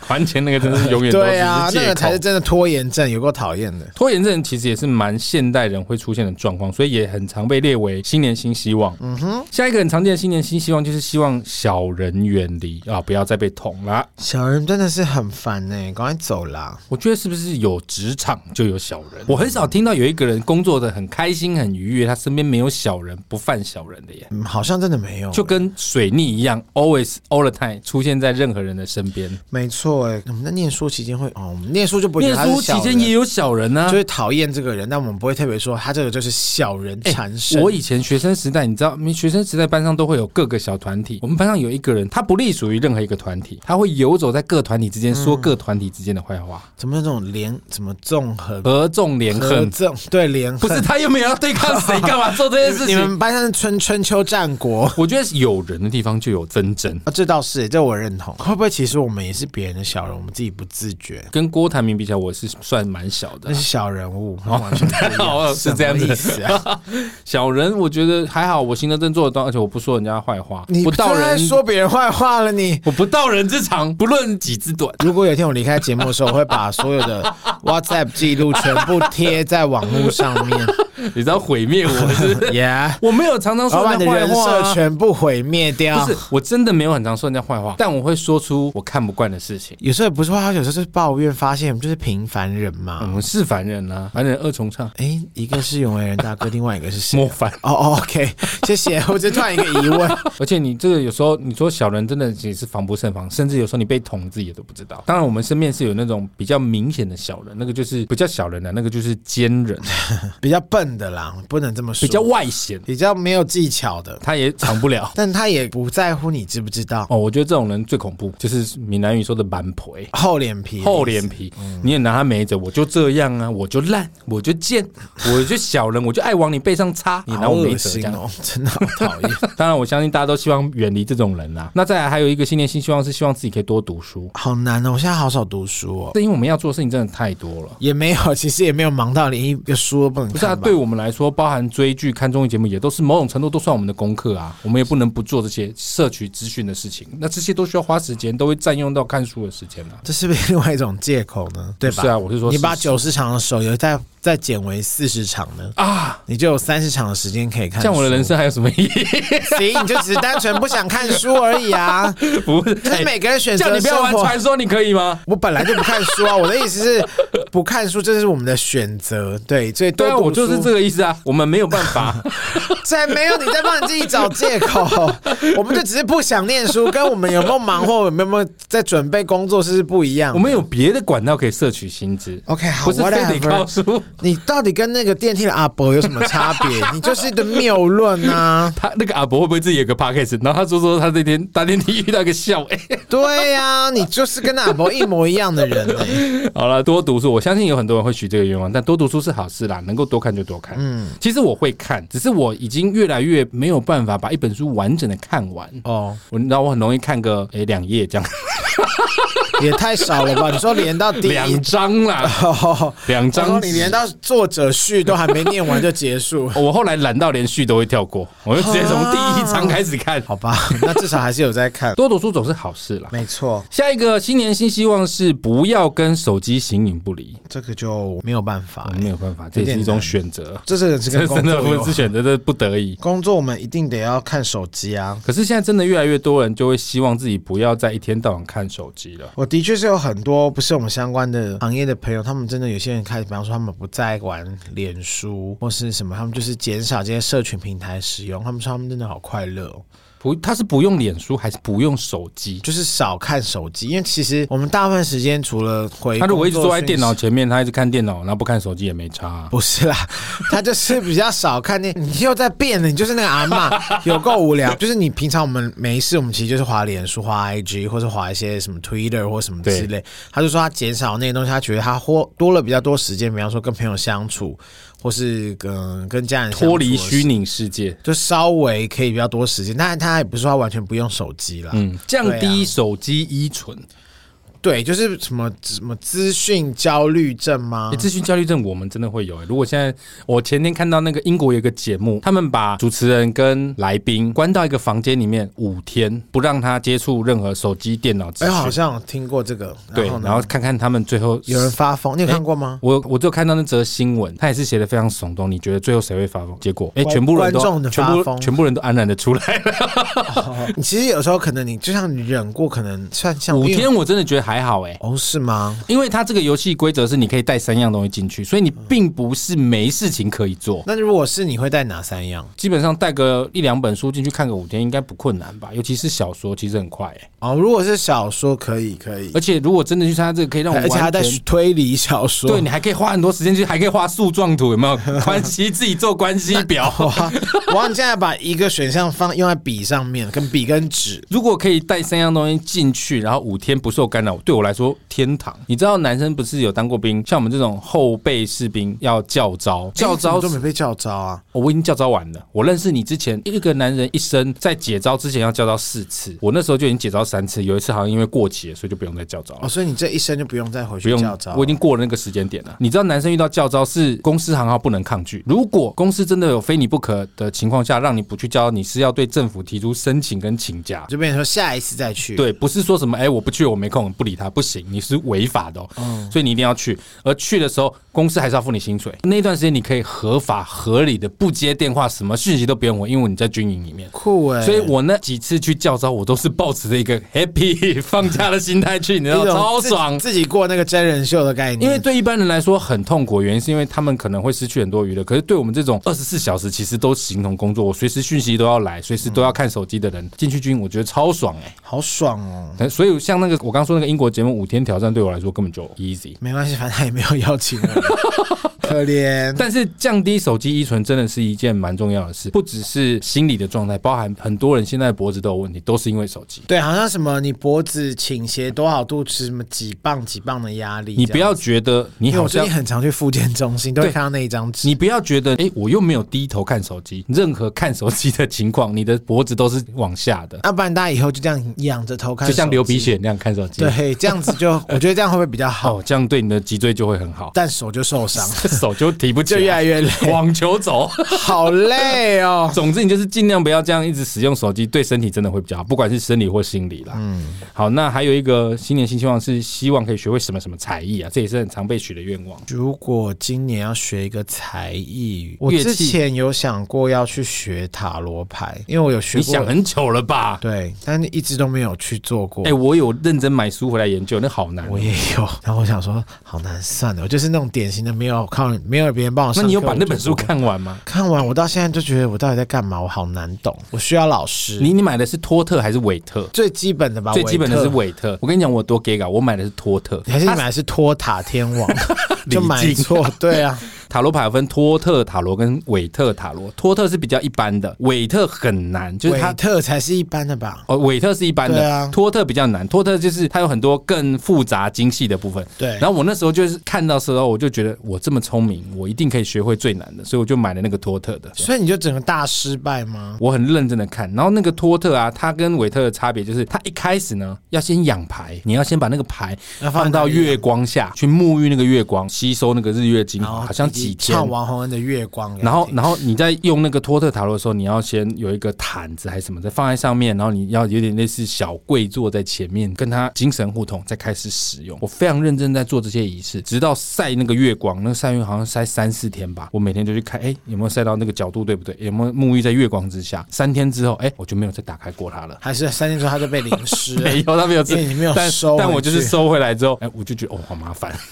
Speaker 1: 还钱那个真的是永远都
Speaker 2: 对
Speaker 1: 是
Speaker 2: 啊，那
Speaker 1: 借
Speaker 2: 个
Speaker 1: 口。
Speaker 2: 才是真的拖延症，有够讨厌的。
Speaker 1: 拖延症其实也是蛮现代人会出现的状况，所以也很常被列为新年新希望。嗯哼，下一个很常见的新年新希望就是希望小人远离啊，不要再被捅了。
Speaker 2: 小人真的是很烦呢、赶快走啦！
Speaker 1: 我觉得是不是有职场就有小人？我很少听到有一个人工作的很开心、很愉悦，他身边没有小人，不犯小人的耶。
Speaker 2: 嗯，好像真的没有，
Speaker 1: 就跟水逆一样，always all the time 出现在任何人的身边。
Speaker 2: 没错哎、我们在念书期间会，哦，我们念书就不会觉
Speaker 1: 念
Speaker 2: 得他
Speaker 1: 书
Speaker 2: 是
Speaker 1: 期
Speaker 2: 小
Speaker 1: 间也
Speaker 2: 人，
Speaker 1: 有小人啊呢、
Speaker 2: 就会讨厌这个人，但我们不会特别说他这个就是小人缠身。
Speaker 1: 我以前学生时代，你知道，学生时代班上都会有各个小团体。我们班上有一个人，他不隶属于任何一个团体，他会游走在各团体之间，说各团体之间的坏话，
Speaker 2: 怎么那种连怎么纵横
Speaker 1: 合纵连
Speaker 2: 合
Speaker 1: 横。
Speaker 2: 纵对连
Speaker 1: 不是
Speaker 2: 横
Speaker 1: 他又没有要对抗谁，干嘛做这件事
Speaker 2: 你
Speaker 1: 情？
Speaker 2: 们班上是春春秋战国。
Speaker 1: 我觉得有人的地方就有纷争。
Speaker 2: 啊，这倒是，这我认同。会不会其实我们也是别人的小人，我们自己不自觉？
Speaker 1: 跟郭台铭比起来，我是算蛮小的
Speaker 2: 那
Speaker 1: 啦
Speaker 2: 是。小人物，那完全不一样
Speaker 1: 哦是这样子
Speaker 2: 什么意思啊？
Speaker 1: 小人我觉得还好，我行得正坐得端，而且我不说人家坏话，
Speaker 2: 你
Speaker 1: 不到
Speaker 2: 就在
Speaker 1: 人
Speaker 2: 说别人坏话了你。
Speaker 1: 我不到人之长，不论己之短。
Speaker 2: 如果有一天我离开节目的时候，我会把所有 的 WhatsApp 记录全部贴在网络上 面。
Speaker 1: 你知道毁灭我是
Speaker 2: Yeah，
Speaker 1: 我没有常常
Speaker 2: 老
Speaker 1: 说
Speaker 2: 板
Speaker 1: 人
Speaker 2: 的
Speaker 1: 家坏
Speaker 2: 人
Speaker 1: 话、
Speaker 2: 设
Speaker 1: 啊。
Speaker 2: 全部毁灭掉
Speaker 1: 不。是，我真的没有很常说人家坏话，但我会说出我看不惯的事情。
Speaker 2: 有时候也不是坏话，有时候是抱怨，发现我们就是平凡人
Speaker 1: 我
Speaker 2: 嘛。
Speaker 1: 们是凡人啊，凡人二重唱，
Speaker 2: 哎，一个是永为人大哥，另外一个是 谁
Speaker 1: 莫
Speaker 2: 啊？
Speaker 1: 凡。
Speaker 2: 哦哦，OK，谢谢。我只突然一个疑问，
Speaker 1: 而且你这个有时候你说小人真的也是防不胜防，甚至有时候你被捅自己也都不知道。当然，我们身边是有那种比较明显的小人，那个就是不叫小人的、啊那个就是奸 人，
Speaker 2: 比较笨的啦，不能这么说，
Speaker 1: 比较外显，
Speaker 2: 比较没有技巧的，
Speaker 1: 他也藏不 了。
Speaker 2: 但他也不在乎你知不知道，
Speaker 1: 哦，我觉得这种人最恐怖，就是闽南语说的“蛮婆”。欸
Speaker 2: 厚脸皮，
Speaker 1: 厚脸皮，
Speaker 2: 嗯
Speaker 1: 你也拿他没辙，我就这样啊，我就烂，我就 贱，我就小人，我就爱往你背上插，你拿
Speaker 2: 好
Speaker 1: 我没辙
Speaker 2: 恶
Speaker 1: 这
Speaker 2: 心
Speaker 1: 样。
Speaker 2: 哦，真的好 讨厌。
Speaker 1: 当然，我相信大家都希望远离这种人啦、那再来还有一个新年新希望是希望自己可以多读书，
Speaker 2: 好难哦！我现在好少读书哦，
Speaker 1: 这因为我们要做的事情真的太多了。
Speaker 2: 也没有，其实也没有忙到连一个书都不能
Speaker 1: 不是啊，
Speaker 2: 看吧。
Speaker 1: 对我们来说，包含追剧、看综艺节目，也都是某种程度都算我们的功课啊。我们也不能不做这些摄取资讯的事情，那这些都需要花时间，都会占用到看书的时间啊。
Speaker 2: 这是不是另外一种借口呢？对吧？
Speaker 1: 是啊，我是说
Speaker 2: 你把
Speaker 1: 是
Speaker 2: 九十场的手游再再减为四十场呢，
Speaker 1: 啊，
Speaker 2: 你就有三十场的时间可以看。
Speaker 1: 像我的人，生还有什么意义？
Speaker 2: 行，你就只是单纯不想看书而已 啊。
Speaker 1: 不是，
Speaker 2: 可是每个人选
Speaker 1: 叫
Speaker 2: 择
Speaker 1: 你不要
Speaker 2: 生
Speaker 1: 玩
Speaker 2: 活。
Speaker 1: 传说，你可以吗？
Speaker 2: 我本来就不看书啊，我的意思是不看书，这是我们的选择，对，所以多
Speaker 1: 对啊，我
Speaker 2: 读
Speaker 1: 就是
Speaker 2: 书
Speaker 1: 这个意思啊。我们没有办 法，
Speaker 2: 再没有你在帮你自己找 借口，我们就只是不想念书，跟我们有没有忙或有没有在准备工作是不一样的。
Speaker 1: 我们有别的管道可以摄取薪资。
Speaker 2: OK 好
Speaker 1: 不是非得靠
Speaker 2: ，whatever。
Speaker 1: 书。
Speaker 2: 你到底跟那个电梯的阿伯有什么差 别？你就是一个谬论啊！
Speaker 1: 他那个阿伯会不会自己有个 podcast？然后他说说他那天搭电梯遇到一个笑哎、
Speaker 2: 对呀、你就是跟那阿伯一模一样的人、欸。
Speaker 1: 好了，多读书，我相信有很多人会许这个愿望，但多读书是好事啦，能够多看就多看。嗯，其实我会看，只是我已经越来越没有办法把一本书完整的看完。
Speaker 2: 哦，
Speaker 1: 我你知道我很容易看个诶两页这样，
Speaker 2: 也太少了吧？你说连到第一
Speaker 1: 两章啦，
Speaker 2: 哦，
Speaker 1: 两
Speaker 2: 然后
Speaker 1: 章。，
Speaker 2: 你连到作者序都还没念完就结束
Speaker 1: 我后来懒到连续都会跳过，我就直接从第一章开始看。
Speaker 2: 好吧？那至少还是有在看，
Speaker 1: 多读书总是好事啦。
Speaker 2: 没错，
Speaker 1: 下一个新年新希望是不要跟手机形影不离，
Speaker 2: 这个就没有办法、
Speaker 1: 我
Speaker 2: 欸
Speaker 1: 们没有办法，这也是一种选择。
Speaker 2: 这是这
Speaker 1: 嗯这
Speaker 2: 个
Speaker 1: 真
Speaker 2: 工
Speaker 1: 的
Speaker 2: 作
Speaker 1: 不
Speaker 2: 有
Speaker 1: 是选择，这 不得已。
Speaker 2: 工作，我们一定得要看手机啊。
Speaker 1: 可是现在真的越来越多人就会希望自己不要再一天到晚看手机了。
Speaker 2: 我的确是有很多不是我们相关的行业的朋友，他们真的有些人开始，比方说他们不再玩脸书或是什么，他们就是减少这些社群平台使用。他们说他们真的好快乐、哦，
Speaker 1: 不，他是不用脸书还是不用手机？
Speaker 2: 就是少看手机，因为其实我们大部分时间除了回，
Speaker 1: 他如果一直坐在电脑。前面，他一直看电脑，然后不看手机也没差啊、
Speaker 2: 不 是啦，他就是比较少看电。你又在变了，你就是那个阿嬷， 有够无聊。就是你平常我们没事，我们其实就是滑脸书、滑 IG，或者滑一些什么 Twitter 或什么之类。他就说他减少那些东西，他觉得他或多了比较多时间，比方说跟朋友相处，或是跟跟家人相处
Speaker 1: 脱离虚，拟世界，
Speaker 2: 就稍微可以比较多时间。但他也不是说他完全不用手机啦，
Speaker 1: 嗯，降
Speaker 2: 对啊
Speaker 1: 低手机依存。
Speaker 2: 对，就是什么什么资讯焦虑症吗
Speaker 1: 欸、？资讯焦虑症我们真的会有、欸。如果现在我前天看到那个英国有一个节目，他们把主持人跟来宾关到一个房间里面五天，不让他接触任何手机、电脑资
Speaker 2: 哎，
Speaker 1: 讯。
Speaker 2: 好像有听过这个。
Speaker 1: 对，
Speaker 2: 呢
Speaker 1: 然后看看他们最后
Speaker 2: 有人发疯，你有看过吗？
Speaker 1: 我我就看到那则新闻，他也是写的非常耸动。你觉得最后谁会发疯？结果，哎、全部人
Speaker 2: 观众
Speaker 1: 都
Speaker 2: 的
Speaker 1: 全
Speaker 2: 发
Speaker 1: 部
Speaker 2: 疯
Speaker 1: 全部人都安然的 出来了。
Speaker 2: 你其实有时候可能你就像你忍过，可能算像
Speaker 1: 五天我真的觉得还好哎、
Speaker 2: 哦，是吗？
Speaker 1: 因为他这个游戏规则是你可以带三样东西进去，所以你
Speaker 2: 嗯
Speaker 1: 并不是没事情可以做。
Speaker 2: 那如果是你会带哪三样？
Speaker 1: 基本上带个一两本书进去看个五天应该不困难吧？尤其是小说，其实很快、欸。
Speaker 2: 哦，如果是小说可以可以，
Speaker 1: 而且如果真的去参加这个，可以让我
Speaker 2: 而且还哦
Speaker 1: 完
Speaker 2: 在
Speaker 1: 全。
Speaker 2: 推理小说，
Speaker 1: 对你还可以花很多时间去，还可以画树状图，有没有关系？自己做关系 表。
Speaker 2: 哇，哇，你现在把一个选项放用在笔上面，跟笔跟纸。
Speaker 1: 如果可以带三样东西进去，然后五天不受干扰，对我来说天堂。你知道男生不是有当过兵，像我们这种后备士兵要教招，教招
Speaker 2: 诶哎怎么都没被叫招啊！
Speaker 1: 我已经教招完了。我认识你之前，一个男人一生在解招之前要教招四次，我那时候就已经解招三次，有一次好像因为过期了，所以就不用再教招了
Speaker 2: 哦，。所以你这一生就不用再回
Speaker 1: 不
Speaker 2: 去
Speaker 1: 用
Speaker 2: 叫招，啊
Speaker 1: 我已经过了那个时间点了。你知道男生遇到教招是公司行号不能抗拒，如果公司真的有非你不可的情况下，让你不去教，你是要对政府提出申请跟请假。
Speaker 2: 就变成说下一次再去。，
Speaker 1: 对，不是说什么哎、我不去，我没空，不理他，不行，你是违法的、哦，
Speaker 2: 嗯
Speaker 1: 所以你一定要去。而去的时候，公司还是要付你薪水。那段时间你可以合法合理的不接电话，什么讯息都不用回，因为你在军营里面。
Speaker 2: 酷哎、
Speaker 1: 所以我那几次去教招，我都是抱持着一个 happy 放假的心态去，你知道，
Speaker 2: 一种
Speaker 1: 超
Speaker 2: 自
Speaker 1: 爽。
Speaker 2: 自己过那个真人秀的概念，
Speaker 1: 因为对一般人来说很痛苦，原因是因为他们可能会失去很多娱乐。可是对我们这种二十四小时其实都形同工作，我随时讯息都要来，随时都要看手机的人，进去军营我觉得超爽哎、
Speaker 2: 好爽哦。
Speaker 1: 欸所以像那个我刚说那个英国节目《五天挑战》，对我来说根本就 easy。
Speaker 2: 没关系，反正他也没有邀 请我，可怜。
Speaker 1: 但是降低手机依存真的是一件蛮重要的事，不只是心理的状态，包含很多人现在脖子都有问题，都是因为手机。
Speaker 2: 对，好像什么你脖子倾斜多少度，吃什么几磅几磅的压力。
Speaker 1: 你不
Speaker 2: 这样，
Speaker 1: 要觉得你
Speaker 2: 因为
Speaker 1: 好
Speaker 2: 我最
Speaker 1: 像
Speaker 2: 近很常去复健中心，都会
Speaker 1: 对
Speaker 2: 看到那一张纸。
Speaker 1: 你不要觉得，哎、我又没有低头看手机，任何看手机的情况，你的脖子都是往下的，
Speaker 2: 要、不然大家以后就这样仰着头看，
Speaker 1: 就像流鼻。血那样看手机。
Speaker 2: 对，这样子就我觉得这样会不会比较好？
Speaker 1: 哦，这样对你的脊椎就会很好。
Speaker 2: 但手就受伤。
Speaker 1: 手就提不起
Speaker 2: 就
Speaker 1: 来，
Speaker 2: 越来越累，
Speaker 1: 往球走。
Speaker 2: 好累哦。
Speaker 1: 总之，你就是尽量不要这样一直使用手机，对身体真的会比较好，不管是生理或心理啦。嗯，好，那还有一个新年新希望是希望可以学会什么什么才艺啊，这也是很常被许的愿望。
Speaker 2: 如果今年要学一个才艺，我
Speaker 1: 乐器
Speaker 2: 之前有想过要去学塔罗牌，因为我有学
Speaker 1: 你
Speaker 2: 过，
Speaker 1: 想很久了吧？
Speaker 2: 对，但是一直都没有去做过。
Speaker 1: 哎、我有认真买书回来研究，那好难哦、
Speaker 2: 我也有， 然后我想说，好难算的，我就是那种典型的没有靠没有别人帮我
Speaker 1: 那
Speaker 2: 上课。
Speaker 1: 你有把那
Speaker 2: 我
Speaker 1: 本
Speaker 2: 就
Speaker 1: 书看完吗？
Speaker 2: 看完？我到现在就觉得我到底在干嘛？我好难懂，我需要老师。
Speaker 1: 你你买的是托特还是韦特？
Speaker 2: 最基本的吧，
Speaker 1: 最基本的
Speaker 2: 维
Speaker 1: 是
Speaker 2: 啊特
Speaker 1: 韦特。我跟你讲，我多 gay 啊，我买的是托特。
Speaker 2: 还是你买的是托塔天 王， 就
Speaker 1: 礼
Speaker 2: 买
Speaker 1: 敬
Speaker 2: 错，对啊，
Speaker 1: 塔罗牌有分托特塔罗跟韦特塔罗，托特是比较一般的，韦特很难， 就是
Speaker 2: 维
Speaker 1: 它。
Speaker 2: 特才是一般的吧？
Speaker 1: 哦，韦特是一般
Speaker 2: 对
Speaker 1: 的，
Speaker 2: 啊
Speaker 1: 托特比较难。托特就是它有很多更复杂精细的部分。
Speaker 2: 对
Speaker 1: 然后我那时候就是看到时候，我就觉得我这么聪明，我一定可以学会最难的，所以我就买了那个托特的。
Speaker 2: 所以你就整个大失败吗？
Speaker 1: 我很认真的看，然后那个托特啊，它跟韦特的差别就是，它一开始呢要先养牌，你要先把那个牌
Speaker 2: 要放
Speaker 1: 放到
Speaker 2: 哪里啊
Speaker 1: 月光下去沐浴那个月光，吸收那个日月精
Speaker 2: 然
Speaker 1: 华，
Speaker 2: 后
Speaker 1: 好像几天。
Speaker 2: 唱王洪恩的《月光》，
Speaker 1: 然后，然后你在用那个托特塔罗的时候，你要先有一个毯子还是什么的放在上面，然后你要有点类似小跪坐在前面，跟它精神互通，再开始使用。我非常认真在做这些仪式，直到晒那个月光，那个晒月好像晒三四天吧，我每天就去看，哎，有没有晒到那个角度对不对？有没有沐浴在月光之下？三天之后，哎，我就没有再打开过 它了。
Speaker 2: 还是三天之后他就被淋湿 了
Speaker 1: 没。哎有，它没有吃
Speaker 2: 因为你没有
Speaker 1: 但
Speaker 2: 收
Speaker 1: 但
Speaker 2: 回
Speaker 1: 我就是
Speaker 2: 去
Speaker 1: 收回来之后，哎，我就觉得哦，好麻烦，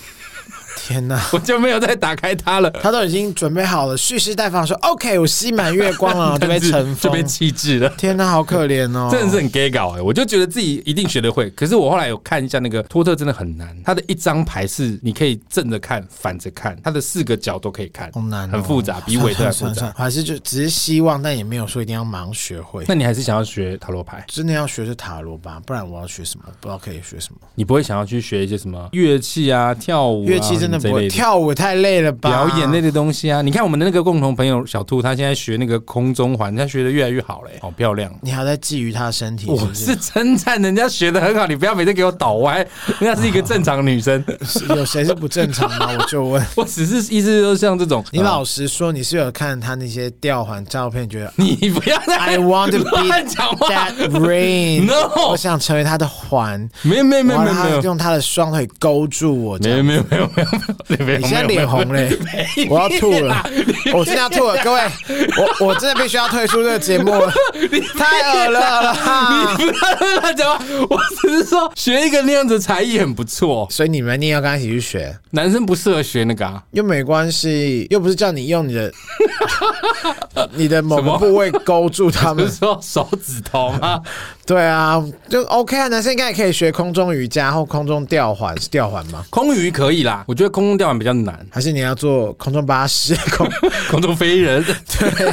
Speaker 2: 天哪！
Speaker 1: 我就没有再打开它了。
Speaker 2: 他都已经准备好了，蓄势待发，说 OK，我吸满月光了，就被
Speaker 1: 但是
Speaker 2: 尘
Speaker 1: 就被
Speaker 2: 封。
Speaker 1: 弃置了。
Speaker 2: 天哪，好可怜哦！
Speaker 1: 真的是很 gay 搞哎、我就觉得自己一定学得会。可是我后来有看一下那个托特，真的很难。它的一张牌是你可以正着看、反着看，它的四个角都可以看，
Speaker 2: 好难哦、
Speaker 1: 很复杂，比韦特还复
Speaker 2: 算了算了算
Speaker 1: 杂
Speaker 2: 了。还是就只是希望，但也没有说一定要忙学会。
Speaker 1: 那你还是想要学塔罗牌？
Speaker 2: 真的要学是塔罗吧，不然我要学什么？不知道可以学什么。
Speaker 1: 你不会想要去学一些什么乐器啊、跳舞、啊、
Speaker 2: 乐器真的不
Speaker 1: 这
Speaker 2: 会，
Speaker 1: 类的
Speaker 2: 跳舞太累了吧？
Speaker 1: 表演类的东西啊？你看我们的那个共同朋友小兔，他现在学那个空中环，他学的越来越好嘞、
Speaker 2: 哦
Speaker 1: 好漂亮。
Speaker 2: 你还在觊觎他的身体是
Speaker 1: 我
Speaker 2: 不是？
Speaker 1: 是称赞人家学的很好，你不要每次给我倒歪，人家是一个正常女 生。
Speaker 2: 有谁是不正常 吗？我就问。
Speaker 1: 我只是意思就是像这种，
Speaker 2: 你老实说，你是有看他那些吊环照片，觉得
Speaker 1: 你不要再
Speaker 2: I want to be
Speaker 1: 乱讲话。
Speaker 2: that ring？
Speaker 1: No
Speaker 2: 我想成为他的环，
Speaker 1: 没有没有没有
Speaker 2: 我
Speaker 1: 没
Speaker 2: 要
Speaker 1: 有
Speaker 2: 让
Speaker 1: 没
Speaker 2: 他
Speaker 1: 有
Speaker 2: 用他的双腿勾住我。这
Speaker 1: 没有
Speaker 2: 样
Speaker 1: 没有没有没有，你别
Speaker 2: 你现在脸红嘞，我要吐了，我真的要吐了，各位，我我真的必须要退出这个节目 了，太恶了啦！
Speaker 1: 你不要乱讲话。我只是说学一个那样子才艺很不错，
Speaker 2: 所以你们你也要跟他一起去学，
Speaker 1: 男生不适合学那个 啊。
Speaker 2: 又没关系，又不是叫你用你 的你的某
Speaker 1: 什么
Speaker 2: 个部位勾住他
Speaker 1: 不
Speaker 2: 们
Speaker 1: 是，说手指头吗？
Speaker 2: 对啊，就 OK 啊，男生应该也可以学空中瑜伽或空中吊环，是吊环吗？
Speaker 1: 空余可以啦，我觉得空中吊环比较 难，
Speaker 2: 还是你要做空中巴士？ 空
Speaker 1: 空中飞人。对，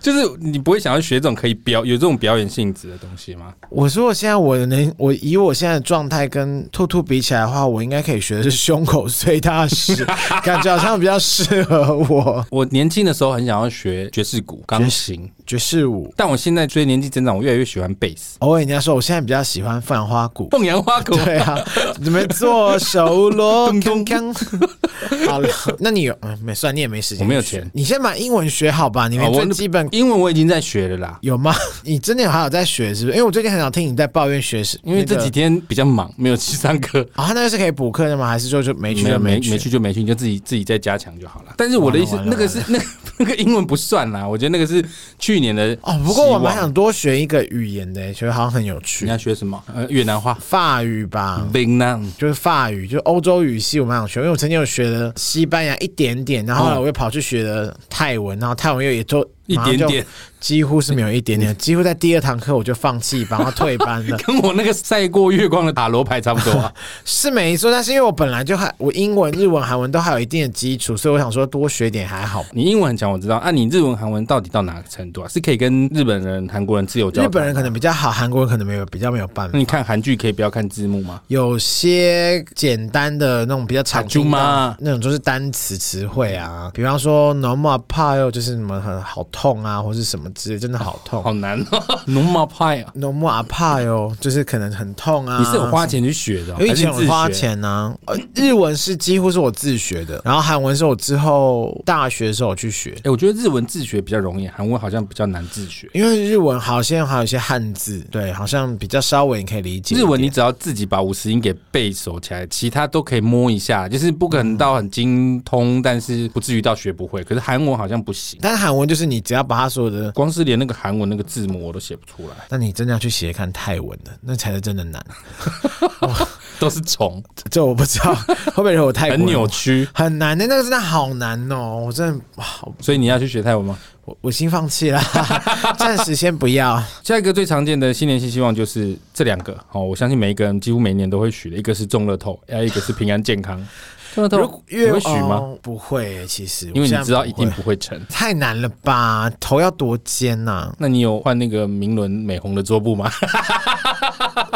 Speaker 1: 就是你不会想要学这种可以表有这种表演性质的东西吗？
Speaker 2: 我说我现在我能，我以我现在的状态跟兔兔比起来的话，我应该可以学的是胸口碎 大石，感觉好像比较适合我
Speaker 1: 我年轻的时候很想要学爵士鼓、钢琴，
Speaker 2: 爵士舞。
Speaker 1: 但我现在随着年纪增长，我越来越喜欢贝斯、
Speaker 2: 偶尔人家说我现在比较喜欢放花 鼓，
Speaker 1: 凤阳花鼓。
Speaker 2: 对啊，你们做手锣，
Speaker 1: 咚
Speaker 2: 锵锵。好了，那你有嗯没算，你也没时间，
Speaker 1: 我没有钱，
Speaker 2: 你先把英文学好吧，你
Speaker 1: 哦
Speaker 2: 连
Speaker 1: 我
Speaker 2: 最基本。
Speaker 1: 英文我已经在学了啦，
Speaker 2: 有吗？ 你真的还有在学是不是？因为我最近很少听你在抱怨学识，
Speaker 1: 因为这
Speaker 2: 那个
Speaker 1: 几天比较忙，没有去上课。
Speaker 2: 啊，那个是可以补课的吗？还是说就没去
Speaker 1: 没
Speaker 2: 就
Speaker 1: 有没
Speaker 2: 去
Speaker 1: 没？去就没去，你就自己自己再加强就好了。但是我的意思
Speaker 2: 完，了
Speaker 1: 那个是那个那个英文不算啦，我觉得那个是去年的
Speaker 2: 哦，不过我蛮
Speaker 1: 希
Speaker 2: 想
Speaker 1: 望
Speaker 2: 多学一个语言的，觉得好像很有
Speaker 1: 你嗯
Speaker 2: 趣
Speaker 1: 要。学什么？呃，越南话
Speaker 2: 法语吧，
Speaker 1: ，Vietnam、Vietnam
Speaker 2: 就是法语，就是欧洲语系，我蛮想学。因为我曾经有学了西班牙一点点，然后后来我又跑去学了泰文，然后泰文又也就
Speaker 1: 哦一点，嗯
Speaker 2: 马上
Speaker 1: 点。
Speaker 2: 就，几乎是没有一点点，几乎在第二堂课我就放弃，把它退班了
Speaker 1: 跟我那个晒过月光的塔罗牌差不多啊。
Speaker 2: 是没错，但是因为我本来就还我英文、日文、韩文都还有一定的基础，所以我想说多学点还好吧。
Speaker 1: 你英文很强，我知道。啊，你日文、韩文到底到哪个程度啊？是可以跟日本人、韩国人自由交
Speaker 2: 日
Speaker 1: 流？
Speaker 2: 本人可能比较好，韩国人可能没有比较没有办
Speaker 1: 那
Speaker 2: 法。
Speaker 1: 你看韩剧可以不要看字幕吗？
Speaker 2: 有些简单的那种比较常听
Speaker 1: 啊啾妈
Speaker 2: 到那种就是单词词汇啊，比方说 “normal p i l 就是什么很好痛啊，或是什么之类，真的好痛。
Speaker 1: 好难 哦， 农毛派啊！
Speaker 2: No more 怕哟，就是可能很痛啊。
Speaker 1: 你是有花钱去学的哦，
Speaker 2: 因为以
Speaker 1: 还是
Speaker 2: 前
Speaker 1: 你自
Speaker 2: 我花
Speaker 1: 学
Speaker 2: 钱呢、呃日文是几乎是我自学的，然后韩文是我之后大学的时候我去学
Speaker 1: 哎、，我觉得日文自学比较容易，韩文好像比较难自学。
Speaker 2: 因为日文好像还有一些汉字，对，好像比较稍微你可以理解一
Speaker 1: 日
Speaker 2: 点。
Speaker 1: 文你只要自己把五十音给背熟起来，其他都可以摸一下，就是不可能到很精通，但是不至于到学不会。可是韩文好像不行，
Speaker 2: 但韩文就是你只要把它所有的，
Speaker 1: 光是连那个韩文那个字母我都写不出来，
Speaker 2: 那你真的要去写看泰文的，那才是真的难。
Speaker 1: 都是虫，
Speaker 2: 这这我不知道会不会惹我泰国
Speaker 1: 很
Speaker 2: 人
Speaker 1: 扭曲。
Speaker 2: 很难的、那个真的好难哦！我真的，哇
Speaker 1: 所以你要去学泰文吗？
Speaker 2: 我我先放弃了， 暂时先不要。
Speaker 1: 下一个最常见的新年新希望就是这两个哦，我相信每一个人几乎每年都会许的，一个是中乐透，哎还有一个是平安健 康。中乐透
Speaker 2: 如果
Speaker 1: 你会许吗？
Speaker 2: 哦不会，其实
Speaker 1: 因为你知道一定
Speaker 2: 我现在不会
Speaker 1: 不会成。
Speaker 2: 太难了吧？头要多尖啊呐、
Speaker 1: 那你有换那个明伦美红的桌布 吗？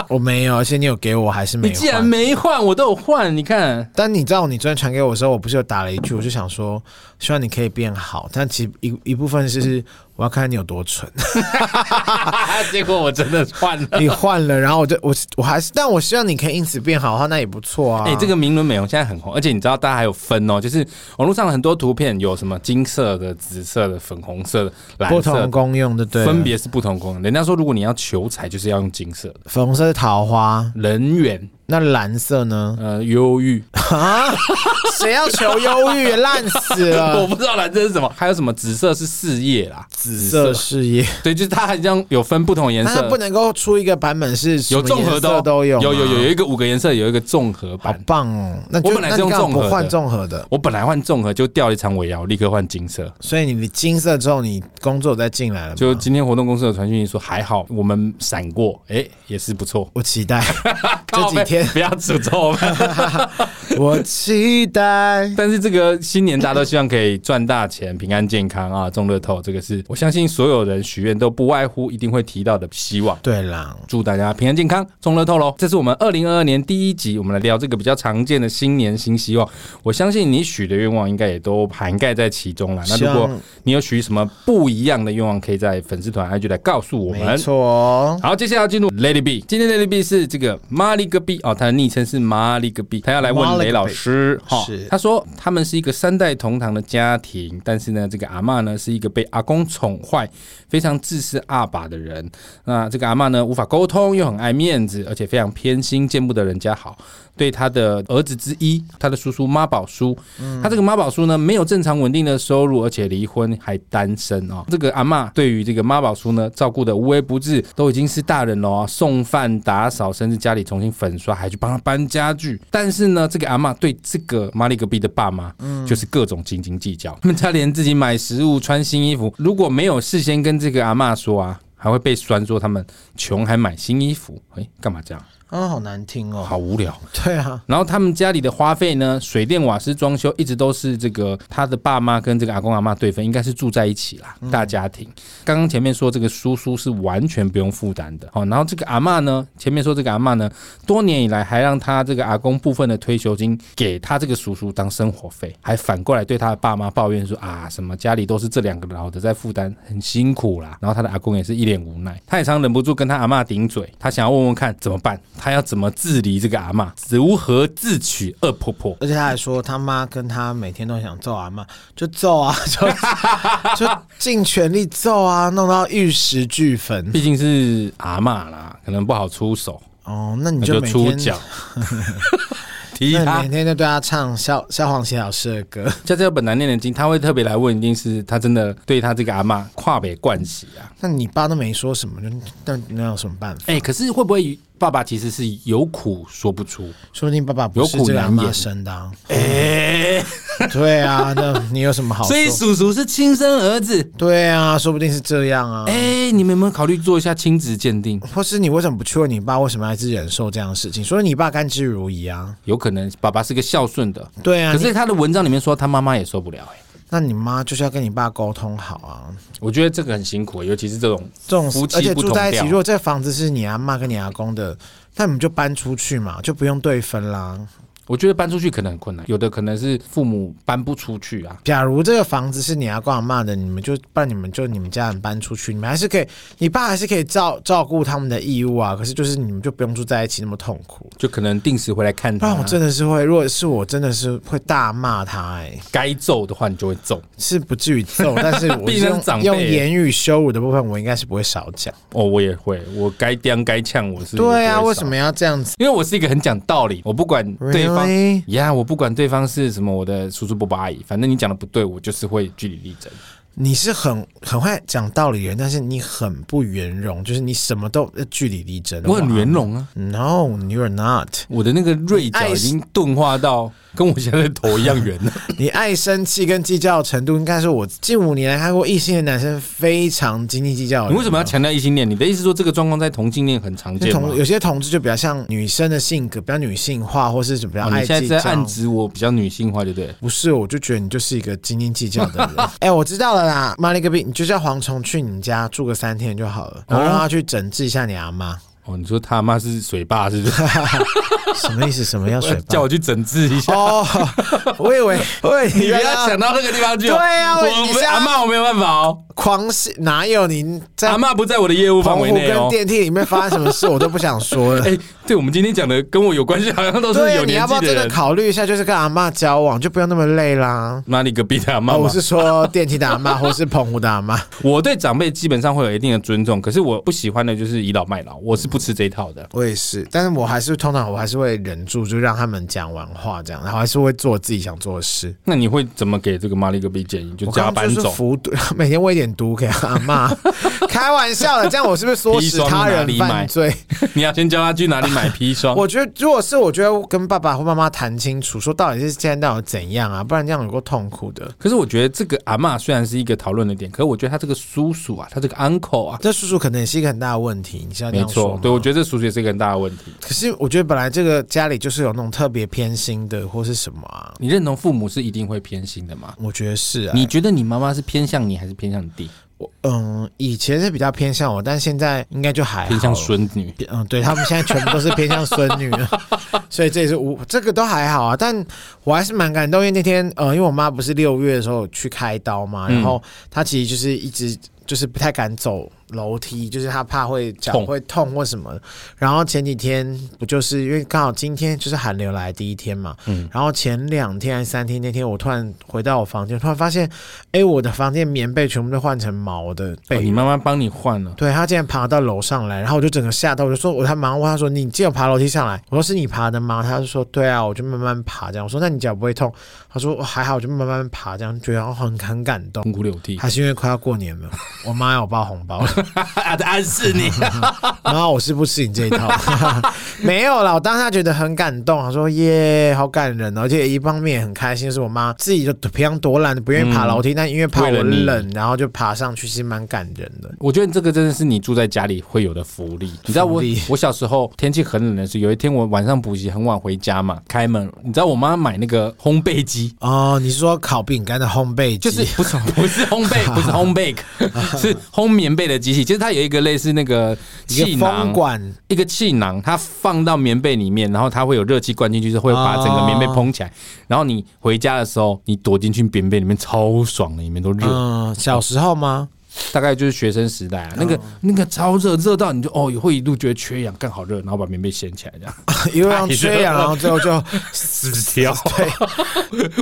Speaker 2: 我没有，而且你有给我我还是没
Speaker 1: 你
Speaker 2: 有。
Speaker 1: 既然没换，我都有换，你 看。
Speaker 2: 但你知道，你昨天传给我的时候，我不是有打了一句，我就想说，希望你可以变好。但其实一一部分是我要看看你有多蠢，
Speaker 1: 啊结果我真的换了。
Speaker 2: 你换了，然后我就我我还是，但我希望你可以因此变好的话，那也不错啊。
Speaker 1: 哎、这个明伦美容现在很红，而且你知道大家还有分哦，就是网络上的很多图片有什么金色的、紫色的、粉红色的、蓝
Speaker 2: 不
Speaker 1: 色
Speaker 2: 同
Speaker 1: 的，
Speaker 2: 功用的对了，
Speaker 1: 分别是不同功能。人家说如果你要求财，就是要用金色的，
Speaker 2: 粉红色是桃花，
Speaker 1: 人缘、
Speaker 2: 那蓝色呢？
Speaker 1: 呃忧郁，
Speaker 2: 啊， 谁要求忧郁？烂死
Speaker 1: 我
Speaker 2: 了！
Speaker 1: 不知道蓝色是什么，还有什么紫色是事业啦，
Speaker 2: 紫色事业，
Speaker 1: 对，就是它好像有分不同颜
Speaker 2: 那它
Speaker 1: 色
Speaker 2: 不，能够出一个版本是什
Speaker 1: 有
Speaker 2: 么
Speaker 1: 综合的
Speaker 2: 颜
Speaker 1: 哦
Speaker 2: 色都有吗，
Speaker 1: 有有有有一个五个颜色，有一个综合
Speaker 2: 好
Speaker 1: 版。
Speaker 2: 棒哦！那就
Speaker 1: 我本来是用
Speaker 2: 那你干嘛
Speaker 1: 综合的
Speaker 2: 不换综合的，
Speaker 1: 我本来换综合就掉了一场尾牙，我立刻换金色。
Speaker 2: 所以你的金色之后，你工作再进来了吗，
Speaker 1: 就今天活动公司有传讯息说还好，我们闪过，哎、也是不 错。
Speaker 2: 我期待这几天
Speaker 1: ，不要诅咒我们。
Speaker 2: 我期待。
Speaker 1: 但是这个新年大家都希望可以赚大钱、平安健康啊，中乐透，这个是我相信所有人许愿都不外乎一定会提到的希望。
Speaker 2: 对啦，
Speaker 1: 祝大家平安健康，中乐透喽！这是我们二零二二年第一集，我们来聊这个比较常见的新年新希望。我相信你许的愿望应该也都涵盖在其中了。那如
Speaker 2: 希
Speaker 1: 果
Speaker 2: 望
Speaker 1: 你有许什么不一样的愿望，可以在粉丝团 IG 来告诉我
Speaker 2: 没
Speaker 1: 们。
Speaker 2: 错哦。
Speaker 1: 好，接下来要进入 Lady B。今天 Lady B 是这个马里戈壁哦，他的昵称是马里戈壁，他要来问雷老师哈
Speaker 2: 是。
Speaker 1: 他说他们是一个三代同堂的家庭，但是呢，这个阿嬷呢是一个被阿公宠坏、非常自私阿爸的人。那这个阿嬷呢无法沟通，又很爱面子，而且非常偏心，见不得人家好。对他的儿子之一，他的叔叔妈宝叔，他这个妈宝叔呢，没有正常稳定的收入，而且离婚还单身哦。这个阿嬷对于这个妈宝叔呢，照顾的无微不至，都已经是大人了哦，送饭、打扫，甚至家里重新粉刷，还去帮他搬家具。但是呢，这个阿嬷对这个马里戈壁的爸妈，就是各种斤斤计较。他们家连自己买食物、穿新衣服，如果没有事先跟这个阿嬷说啊。还会被酸说他们穷还买新衣服，哎、干嘛这样？
Speaker 2: 啊，好难听哦。
Speaker 1: 好无聊。
Speaker 2: 对啊，
Speaker 1: 然后他们家里的花费呢，水电瓦斯装修一直都是这个他的爸妈跟这个阿公阿妈对分，应该是住在一起啦，大家庭。刚刚前面说这个叔叔是完全不用负担的哦，然后这个阿嬷呢，前面说这个阿嬷呢，多年以来还让他这个阿公部分的退休金给他这个叔叔当生活费，还反过来对他的爸妈抱怨说啊，什么家里都是这两个老的在负担，很辛苦啦。然后他的阿公也是一脸无奈，他也常忍不住跟他阿嬷顶嘴，他想要问问看怎么办，他要怎么治理这个阿嬷，如何自取恶婆婆。
Speaker 2: 而且他还说他妈跟他每天都想揍阿妈，就揍啊， 就就尽全力揍啊，弄到玉石俱焚。
Speaker 1: 毕竟是阿嬷啦，可能不好出手，
Speaker 2: 哦，那你
Speaker 1: 那
Speaker 2: 就
Speaker 1: 就
Speaker 2: 每
Speaker 1: 出
Speaker 2: 天，
Speaker 1: 脚。 踢
Speaker 2: 那 你
Speaker 1: 他
Speaker 2: 每，天就对他唱萧萧煌奇老师的歌。
Speaker 1: 像这本难念的经，他会特别来问，一定是他真的对他这个阿嬷跨北惯喜啊。
Speaker 2: 那你爸都没说什么，就那那有什么办法？
Speaker 1: 哎、可是会不会爸爸其实是有苦说不出？
Speaker 2: 说不定爸爸不是
Speaker 1: 有苦
Speaker 2: 这个
Speaker 1: 难
Speaker 2: 阿妈
Speaker 1: 言
Speaker 2: 生的、 啊。
Speaker 1: 哎、
Speaker 2: 对啊，那你有什么好说
Speaker 1: 所？以叔叔是亲生儿子。
Speaker 2: 对啊，说不定是这样啊。
Speaker 1: 哎、你们有没有考虑做一下亲子鉴定？
Speaker 2: 或是你为什么不去问你爸为什么要一直忍受这样的事情？所以你爸甘之如饴啊。
Speaker 1: 有可能爸爸是个孝顺的，
Speaker 2: 对啊，
Speaker 1: 可是他的文章里面说他妈妈也受不了、哎，
Speaker 2: 那你妈就是要跟你爸沟通好啊。
Speaker 1: 我觉得这个很辛苦，尤其是这种
Speaker 2: 这种
Speaker 1: 夫
Speaker 2: 而
Speaker 1: 妻
Speaker 2: 且
Speaker 1: 不
Speaker 2: 住
Speaker 1: 同
Speaker 2: 在一起，
Speaker 1: 调
Speaker 2: 如。果这个房子是你阿妈跟你阿公的，那你们就搬出去嘛，就不用对分啦。
Speaker 1: 我觉得搬出去可能很困难，有的可能是父母搬不出去啊。
Speaker 2: 假如这个房子是你阿公阿妈的，你们就不然你们就你们家人搬出去，你们还是可以，你爸还是可以照照顾他们的义务啊。可是就是你们就不用住在一起那么痛苦。
Speaker 1: 就可能定时回来看
Speaker 2: 不
Speaker 1: 他、
Speaker 2: 然我真的是会，如果是我真的是会大骂他、哎，
Speaker 1: 该揍的话，你就会揍。
Speaker 2: 是不至于揍，但 是我
Speaker 1: 毕
Speaker 2: 是
Speaker 1: 竟
Speaker 2: 用
Speaker 1: 是长辈
Speaker 2: 用言语羞辱的部分，我应该是不会少讲。
Speaker 1: 哦，我也会，我该刁该呛，我是
Speaker 2: 对啊，
Speaker 1: 我不会
Speaker 2: 为
Speaker 1: 少
Speaker 2: 什么要这样子？
Speaker 1: 因为我是一个很讲道理，我不管对方
Speaker 2: Really？
Speaker 1: 呀我不管对方是什么我的叔叔伯伯阿姨，反正你讲的不对，我就是会据理力争。
Speaker 2: 你是很很会讲道理的人，但是你很不圆融，就是你什么都呃据理力争。
Speaker 1: 我很圆融啊，
Speaker 2: No, you are not。
Speaker 1: 我的那个锐
Speaker 2: 哎
Speaker 1: 角已经钝化到跟我现在的头一样圆 了。
Speaker 2: 你爱生气跟计较的程度，应该是我近五年来看过异性的男生非常斤斤计较的人。
Speaker 1: 你为什么要强调异性恋？你的意思说这个状况在同性恋很常
Speaker 2: 就
Speaker 1: 见吗
Speaker 2: 同？有些同志就比较像女生的性格，比较女性化，或是比较
Speaker 1: 哦，
Speaker 2: 爱
Speaker 1: 你现哦在是
Speaker 2: 计
Speaker 1: 在
Speaker 2: 较。
Speaker 1: 暗指我比较女性化，对不对？
Speaker 2: 不是，我就觉得你就是一个斤斤计较的人。 哎、我知道了啦，妈了个逼，你就叫蝗虫去你们家住个三天就好了，然后让他去整治一下你阿妈。
Speaker 1: 哦，你说他妈是水坝是不 是？
Speaker 2: 什么意思？什么叫水坝？
Speaker 1: 叫我去整治一下。
Speaker 2: 哦，我 以为，我以为
Speaker 1: 你不要想到那个地方去哦。
Speaker 2: 啊对啊我
Speaker 1: 我
Speaker 2: 你
Speaker 1: 我
Speaker 2: 现在
Speaker 1: 阿妈我没有办法哦，
Speaker 2: 狂喜，哪有你在
Speaker 1: 阿妈不在我的业务范
Speaker 2: 澎
Speaker 1: 围
Speaker 2: 湖
Speaker 1: 内
Speaker 2: 跟
Speaker 1: 哦。
Speaker 2: 电梯里面发生什么事，我都不想说了。
Speaker 1: 哎、对我们今天讲的跟我有关系，好像都是有
Speaker 2: 对，你
Speaker 1: 年
Speaker 2: 要不
Speaker 1: 纪
Speaker 2: 要
Speaker 1: 的
Speaker 2: 真的
Speaker 1: 人。
Speaker 2: 考虑一下，就是跟阿嬷交往，就不用那么累啦。
Speaker 1: 妈你隔壁的阿妈
Speaker 2: 哦，我
Speaker 1: 嘛、
Speaker 2: 是说电梯的阿嬷，或是澎湖的阿嬷。
Speaker 1: 我对长辈基本上会有一定的尊重，可是我不喜欢的就是倚老卖老，我是不吃这一套的。
Speaker 2: 我也是，但是我还是通常我还是会忍住，就让他们讲完话这样，然后还是会做自己想做的事。
Speaker 1: 那你会怎么给这个妈力隔壁建议？就
Speaker 2: 我
Speaker 1: 加
Speaker 2: 刚刚
Speaker 1: 班
Speaker 2: 就是
Speaker 1: 走，
Speaker 2: 服毒， 每天喂一点毒给阿嬷。 开玩笑的，这样我是不 是唆使他人犯罪？
Speaker 1: 你要先教他去哪里买砒霜。
Speaker 2: 我觉得，如果是我觉得跟爸爸或妈妈谈清楚，说到底是现在到底怎样啊，不然这样有够痛苦的。
Speaker 1: 可是我觉得这个阿嬷虽然是一个讨论的点，可是我觉得他这个叔叔啊，他这个 uncle 啊，
Speaker 2: 这叔叔可能也是一个很大的问题，你是要这
Speaker 1: 没
Speaker 2: 样说
Speaker 1: 错
Speaker 2: 吗，？
Speaker 1: 对我觉得这叔叔也是一个很大的问题。
Speaker 2: 可是我觉得本来这个家里就是有那种特别偏心的或是什么啊，
Speaker 1: 你认同父母是一定会偏心的吗？
Speaker 2: 我觉得是啊。
Speaker 1: 你觉得你妈妈是偏向你还是偏向你弟？
Speaker 2: 我嗯，以前是比较偏向我，但现在应该就还好
Speaker 1: 偏向。孙女？
Speaker 2: 嗯，对他们现在全部都是偏向孙女了， 所以这也是无这个都还好啊。但我还是蛮感动，因为那天呃，因为我妈不是六月的时候去开刀嘛，
Speaker 1: 嗯
Speaker 2: 然后她其实就是一直就是不太敢走楼梯，就是她怕会脚
Speaker 1: 痛
Speaker 2: 会痛或什么。然后前几天不就是因为刚好今天就是寒流来的第一天嘛，
Speaker 1: 嗯
Speaker 2: 然后前两天还是三天那天，我突然回到我房间，突然发现，哎，我的房间棉被全部都换成毛的被
Speaker 1: 哦、你妈妈帮你换了，
Speaker 2: 对他竟然爬到楼上来，然后我就整个吓到，我就说，我他马上问他说：“你竟然爬楼梯上来？”我说：“是你爬的吗？”他就说：“对啊，我就慢慢爬这样。”我说：“那你脚不会痛？”他说：“哦还好，我就慢慢爬这样，觉得哦很很感动。
Speaker 1: 痛哭流 涕，
Speaker 2: 还是因为快要过年了，我妈要我包红包了，
Speaker 1: 啊暗示你。
Speaker 2: 然后我是不吃你这一套，没有啦，我当下觉得很感动，我说耶，好感人哦，而且一方面也很开心，是我妈自己就平常多懒，不愿意爬楼梯，但因为怕
Speaker 1: 嗯为
Speaker 2: 我
Speaker 1: 了你
Speaker 2: 冷，然后就爬上去，其实蛮感人的。
Speaker 1: 我觉得这个真的是你住在家里会有的福利。你知道
Speaker 2: 福
Speaker 1: 我
Speaker 2: 利
Speaker 1: 我小时候天气很冷的时候，有一天我晚上补习很晚回家嘛，开门，你知道我妈买那个烘焙机。
Speaker 2: 哦，你是说烤饼干的烘焙 机？
Speaker 1: 就是不是不是烘焙， 不是烘焙，是烘棉被的机器。就是它有一个类似那个
Speaker 2: 一
Speaker 1: 气
Speaker 2: 个风
Speaker 1: 囊，
Speaker 2: 管
Speaker 1: 一个气囊，它放到棉被里面，然后它会有热气灌进去，就是会把整个棉被蓬起来。然后你回家的时候，你躲进去棉被里面，超爽的，里面都热。
Speaker 2: 嗯，小时 候吗？
Speaker 1: 大概就是学生时代啊，那
Speaker 2: 哦
Speaker 1: 个那个超热，热到你就哦，也会一度觉得缺氧，干好热，然后把棉被掀起来这样。
Speaker 2: 因为让缺啊氧，然后最后就
Speaker 1: 死 掉，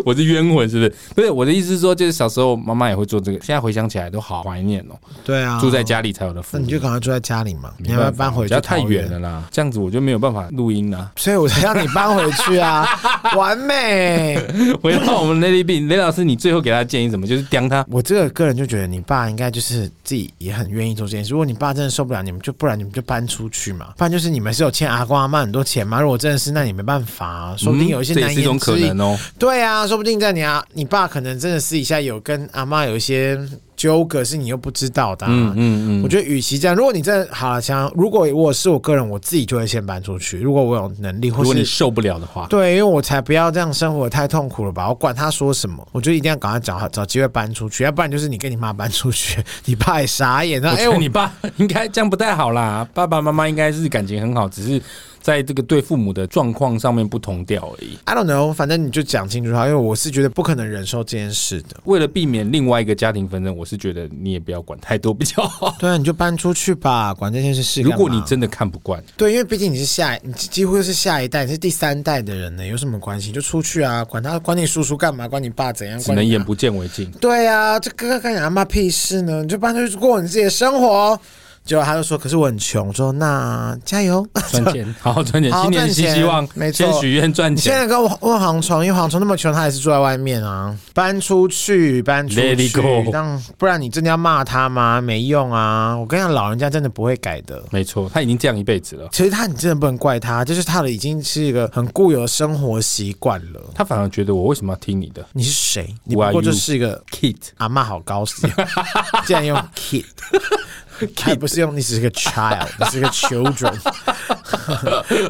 Speaker 1: 我是冤魂是不是？不是我的意思是说，就是小时候妈妈也会做这个，现在回想起来都好怀念哦，
Speaker 2: 对啊，
Speaker 1: 住在，家里才有的福
Speaker 2: 那你
Speaker 1: 利。
Speaker 2: 就赶快住在家里嘛，你
Speaker 1: 没
Speaker 2: 要不要
Speaker 1: 办法
Speaker 2: 搬回
Speaker 1: 家
Speaker 2: 去？
Speaker 1: 太远了，啦，这样子我就没有办法录音啊啦。
Speaker 2: 所以我才让你搬回去啊，完美。
Speaker 1: 回到我们雷利病，雷老师，你最后给他建议什么？就是刁他。
Speaker 2: 我这个个人就觉得，你爸应该就是自己也很愿意做这件事。如果你爸真的受不了，你们就不然你们就搬出去嘛，不然就是你们是有欠阿公阿妈很多钱嘛。如果真的是，那你没办法、啊，说不定有一
Speaker 1: 嗯
Speaker 2: 些
Speaker 1: 这也
Speaker 2: 难
Speaker 1: 是一
Speaker 2: 言
Speaker 1: 种
Speaker 2: 之
Speaker 1: 可
Speaker 2: 隐
Speaker 1: 能哦。
Speaker 2: 对啊，说不定在你啊，你爸可能真的私底下有跟阿妈有一些纠葛，是你又不知道的、
Speaker 1: 嗯
Speaker 2: 嗯嗯。
Speaker 1: 嗯
Speaker 2: 我
Speaker 1: 嗯，
Speaker 2: 觉得，与其这样，如果你真的好了，想如果我是我个人，我自己就会先搬出去。如果我有能力，或
Speaker 1: 如果你
Speaker 2: 是
Speaker 1: 受不了的话，
Speaker 2: 对，因为我才不要这样生活得太痛苦了吧？我管他说什么，我就一定要赶快找找机会搬出去，要不然就是你跟你妈搬出去，你爸也傻眼。然
Speaker 1: 我
Speaker 2: 后哎、
Speaker 1: 觉得
Speaker 2: 我
Speaker 1: 你爸应该这样不太好啦，爸爸妈妈应该是感情很好，只是在这个对父母的状况上面不同调而已。
Speaker 2: I don't know，反正你就讲清楚他，因为我是觉得不可能忍受这件事的。
Speaker 1: 为了避免另外一个家庭纷争，我是觉得你也不要管太多比较好。
Speaker 2: 对啊，你就搬出去吧，管这件事 是。
Speaker 1: 如果你真的看不惯，
Speaker 2: 对，因为毕竟你是下，你几乎是下一代，你是第三代的人呢，有什么关系？就出去啊，管他，管你叔叔干嘛，管你爸怎样，
Speaker 1: 只
Speaker 2: 管
Speaker 1: 能
Speaker 2: 你
Speaker 1: 眼
Speaker 2: 妈。
Speaker 1: 不见为净。
Speaker 2: 对啊，这哥哥干你阿妈屁事呢？你就搬出去过你自己的生活。结果他就说，可是我很穷。我说那加油，
Speaker 1: 赚 钱，好好赚钱，
Speaker 2: 好好
Speaker 1: 新年
Speaker 2: 赚
Speaker 1: 新
Speaker 2: 钱
Speaker 1: 希望，
Speaker 2: 没错
Speaker 1: 先许愿赚
Speaker 2: 你现
Speaker 1: 钱。
Speaker 2: 在跟我问航虫，因为航虫那么穷，他还是住在外面啊。搬出去，搬出
Speaker 1: Let it
Speaker 2: 去
Speaker 1: go，
Speaker 2: 让不然你真的要骂他吗？没用啊！我跟你讲，老人家真的不会改的。
Speaker 1: 没错，他已经这样一辈子了，
Speaker 2: 其实他，你真的不能怪他，就是他的已经是一个很固有的生活习惯了。
Speaker 1: 他反而觉得我为什么要听你的
Speaker 2: 你是谁？你
Speaker 1: Who
Speaker 2: 不
Speaker 1: are
Speaker 2: 过就
Speaker 1: you？
Speaker 2: 是一个
Speaker 1: kid？
Speaker 2: 阿嬷好高兴， 竟然用 kid，还不是用你只是个 child，你是个 children，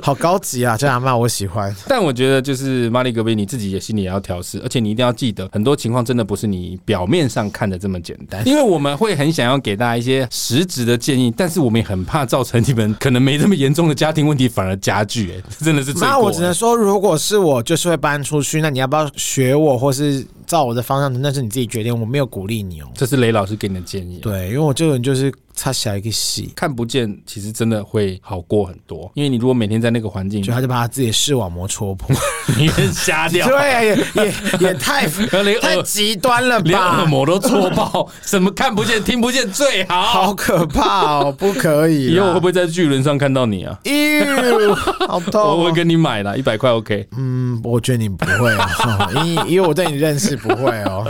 Speaker 2: 好高级啊！这阿嬷我喜欢。
Speaker 1: 但我觉得就是玛丽格比你自己也心里也要调试，而且你一定要记得，很多情况真的不是你表面上看的这么简 单。因为我们会很想要给大家一些实质的建议，但是我们也很怕造成你们可能没这么严重的家庭问题反而加剧、哎，这 真的是罪
Speaker 2: 那
Speaker 1: 过、
Speaker 2: 我只能说，如果是我，就是会搬出去。那你要不要学我，或是照我的方向？那是你自己决定，我没有鼓励你哦。
Speaker 1: 这是雷老师给你的建议。
Speaker 2: 对，因为我这个人就是差小一个戏，
Speaker 1: 看不见，其实真的会好过很多，因为你如果每天在那个环境，
Speaker 2: 就他就把他自己的视网膜戳破。
Speaker 1: 你会瞎掉，
Speaker 2: 对啊，也也也太
Speaker 1: 连
Speaker 2: 太
Speaker 1: 耳
Speaker 2: 极端了
Speaker 1: 连
Speaker 2: 吧
Speaker 1: 耳？膜都戳 爆，什么看不见、听不见最好。
Speaker 2: 好可怕哦，不可以啦！
Speaker 1: 以后我 会不会在巨轮上看到你啊？
Speaker 2: 咦，好痛、
Speaker 1: 我会
Speaker 2: 哦！
Speaker 1: 跟你买啦，一百块 OK。
Speaker 2: 嗯，我觉得你不会哦， 因为因为我对你认识不会哦。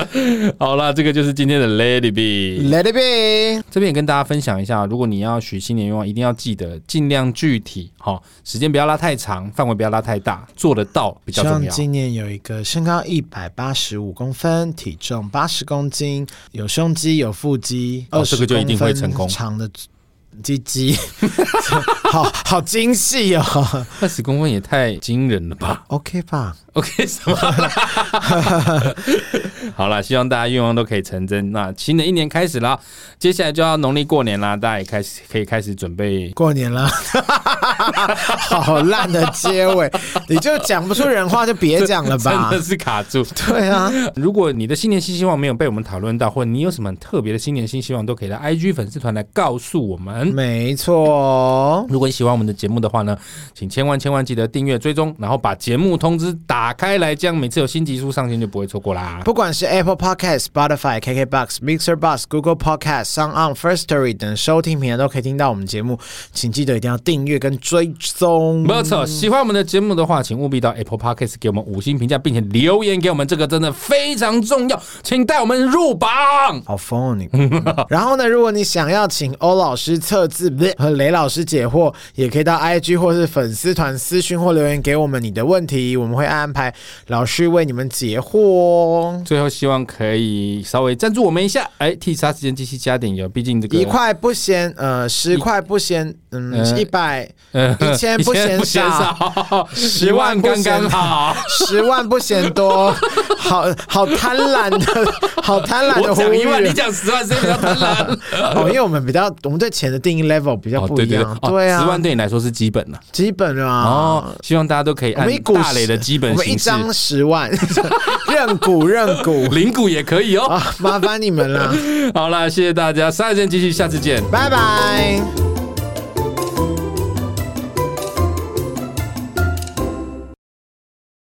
Speaker 1: 好啦，这个就是今天的 Lady B。
Speaker 2: Let it be，
Speaker 1: 这边也跟大家分享一下，如果你要许新年愿望，一定要记得尽量具体，哈、时间不要拉太长，范围不要拉太大，做得到比较
Speaker 2: 希
Speaker 1: 重
Speaker 2: 望
Speaker 1: 要。
Speaker 2: 今年有一个身高一百八十五公分，体重八十公斤，有胸肌有腹肌，
Speaker 1: 哦
Speaker 2: 二
Speaker 1: 这
Speaker 2: 十、
Speaker 1: 个就一定会成功
Speaker 2: 长的鸡鸡， 好好精细哦。
Speaker 1: 二十公分也太惊人了吧
Speaker 2: OK 吧，
Speaker 1: ？OK，什么啦？ 好啦，希望大家愿望都可以成真。那新的一年开始啦，接下来就要农历过年啦，大家也开始可以开始准备
Speaker 2: 过年了， 好烂的结尾，你就讲不出人话就别讲了吧
Speaker 1: 真。的是卡住。
Speaker 2: 对啊，
Speaker 1: 如果你的新年新希望没有被我们讨论到，或者你有什么很特别的新年新希望，都可以来 IG 粉丝团来告诉我们。
Speaker 2: 没错。
Speaker 1: 如果你喜欢我们的节目的话呢，请千万千万记得订阅追踪，然后把节目通知打开来，这样每次有新集数上线就不会错过啦。
Speaker 2: 不管是 Apple Podcast、Spotify、KKBox、Mixer Box、Google Podcast、Sound On、First Story 等收听平台都可以听到我们节目，请记得一定要订阅跟追踪
Speaker 1: 没。有错，喜欢我们的节目的话，请务必到 Apple Podcast 给我们五星评价，并且留言给我们，这个真的非常重要，请带我们入榜。
Speaker 2: 好疯哦你！ 然后呢，如果你想要请欧老师测字不是和雷老师解惑，也可以到 IG 或是粉丝团私讯或留言给我们你的问题，我们会安排老师为你们解惑哦。
Speaker 1: 最后，希望可以稍微赞助我们一下，哎，替杀时间机器加点油，毕竟这个
Speaker 2: 一块不嫌，呃，十块不嫌，
Speaker 1: 呃
Speaker 2: 嗯，一百、
Speaker 1: 嗯
Speaker 2: 一千不嫌少，
Speaker 1: 少，
Speaker 2: 十
Speaker 1: 十
Speaker 2: 万
Speaker 1: 万
Speaker 2: 不
Speaker 1: 刚
Speaker 2: 嫌
Speaker 1: 刚好。
Speaker 2: 十万不嫌多，好好贪婪的，好贪婪的
Speaker 1: 我
Speaker 2: 呼
Speaker 1: 讲一万，你
Speaker 2: 吁。
Speaker 1: 讲十万，谁比较贪婪？
Speaker 2: 哦，因为我们比较，我们对钱的定义 level 比较不一样，对啊，
Speaker 1: 十哦万对你来说是基本了。
Speaker 2: 基本啊，
Speaker 1: 哦，希望大家都可以
Speaker 2: 我
Speaker 1: 按
Speaker 2: 们一股
Speaker 1: 大磊的基
Speaker 2: 我
Speaker 1: 本
Speaker 2: 们一
Speaker 1: 形式，
Speaker 2: 张十万， 认股认 股
Speaker 1: 零股也可以哦。
Speaker 2: 啊，麻烦你们了，
Speaker 1: 好啦，谢谢大家，三人间继续，下次见。
Speaker 2: 拜拜。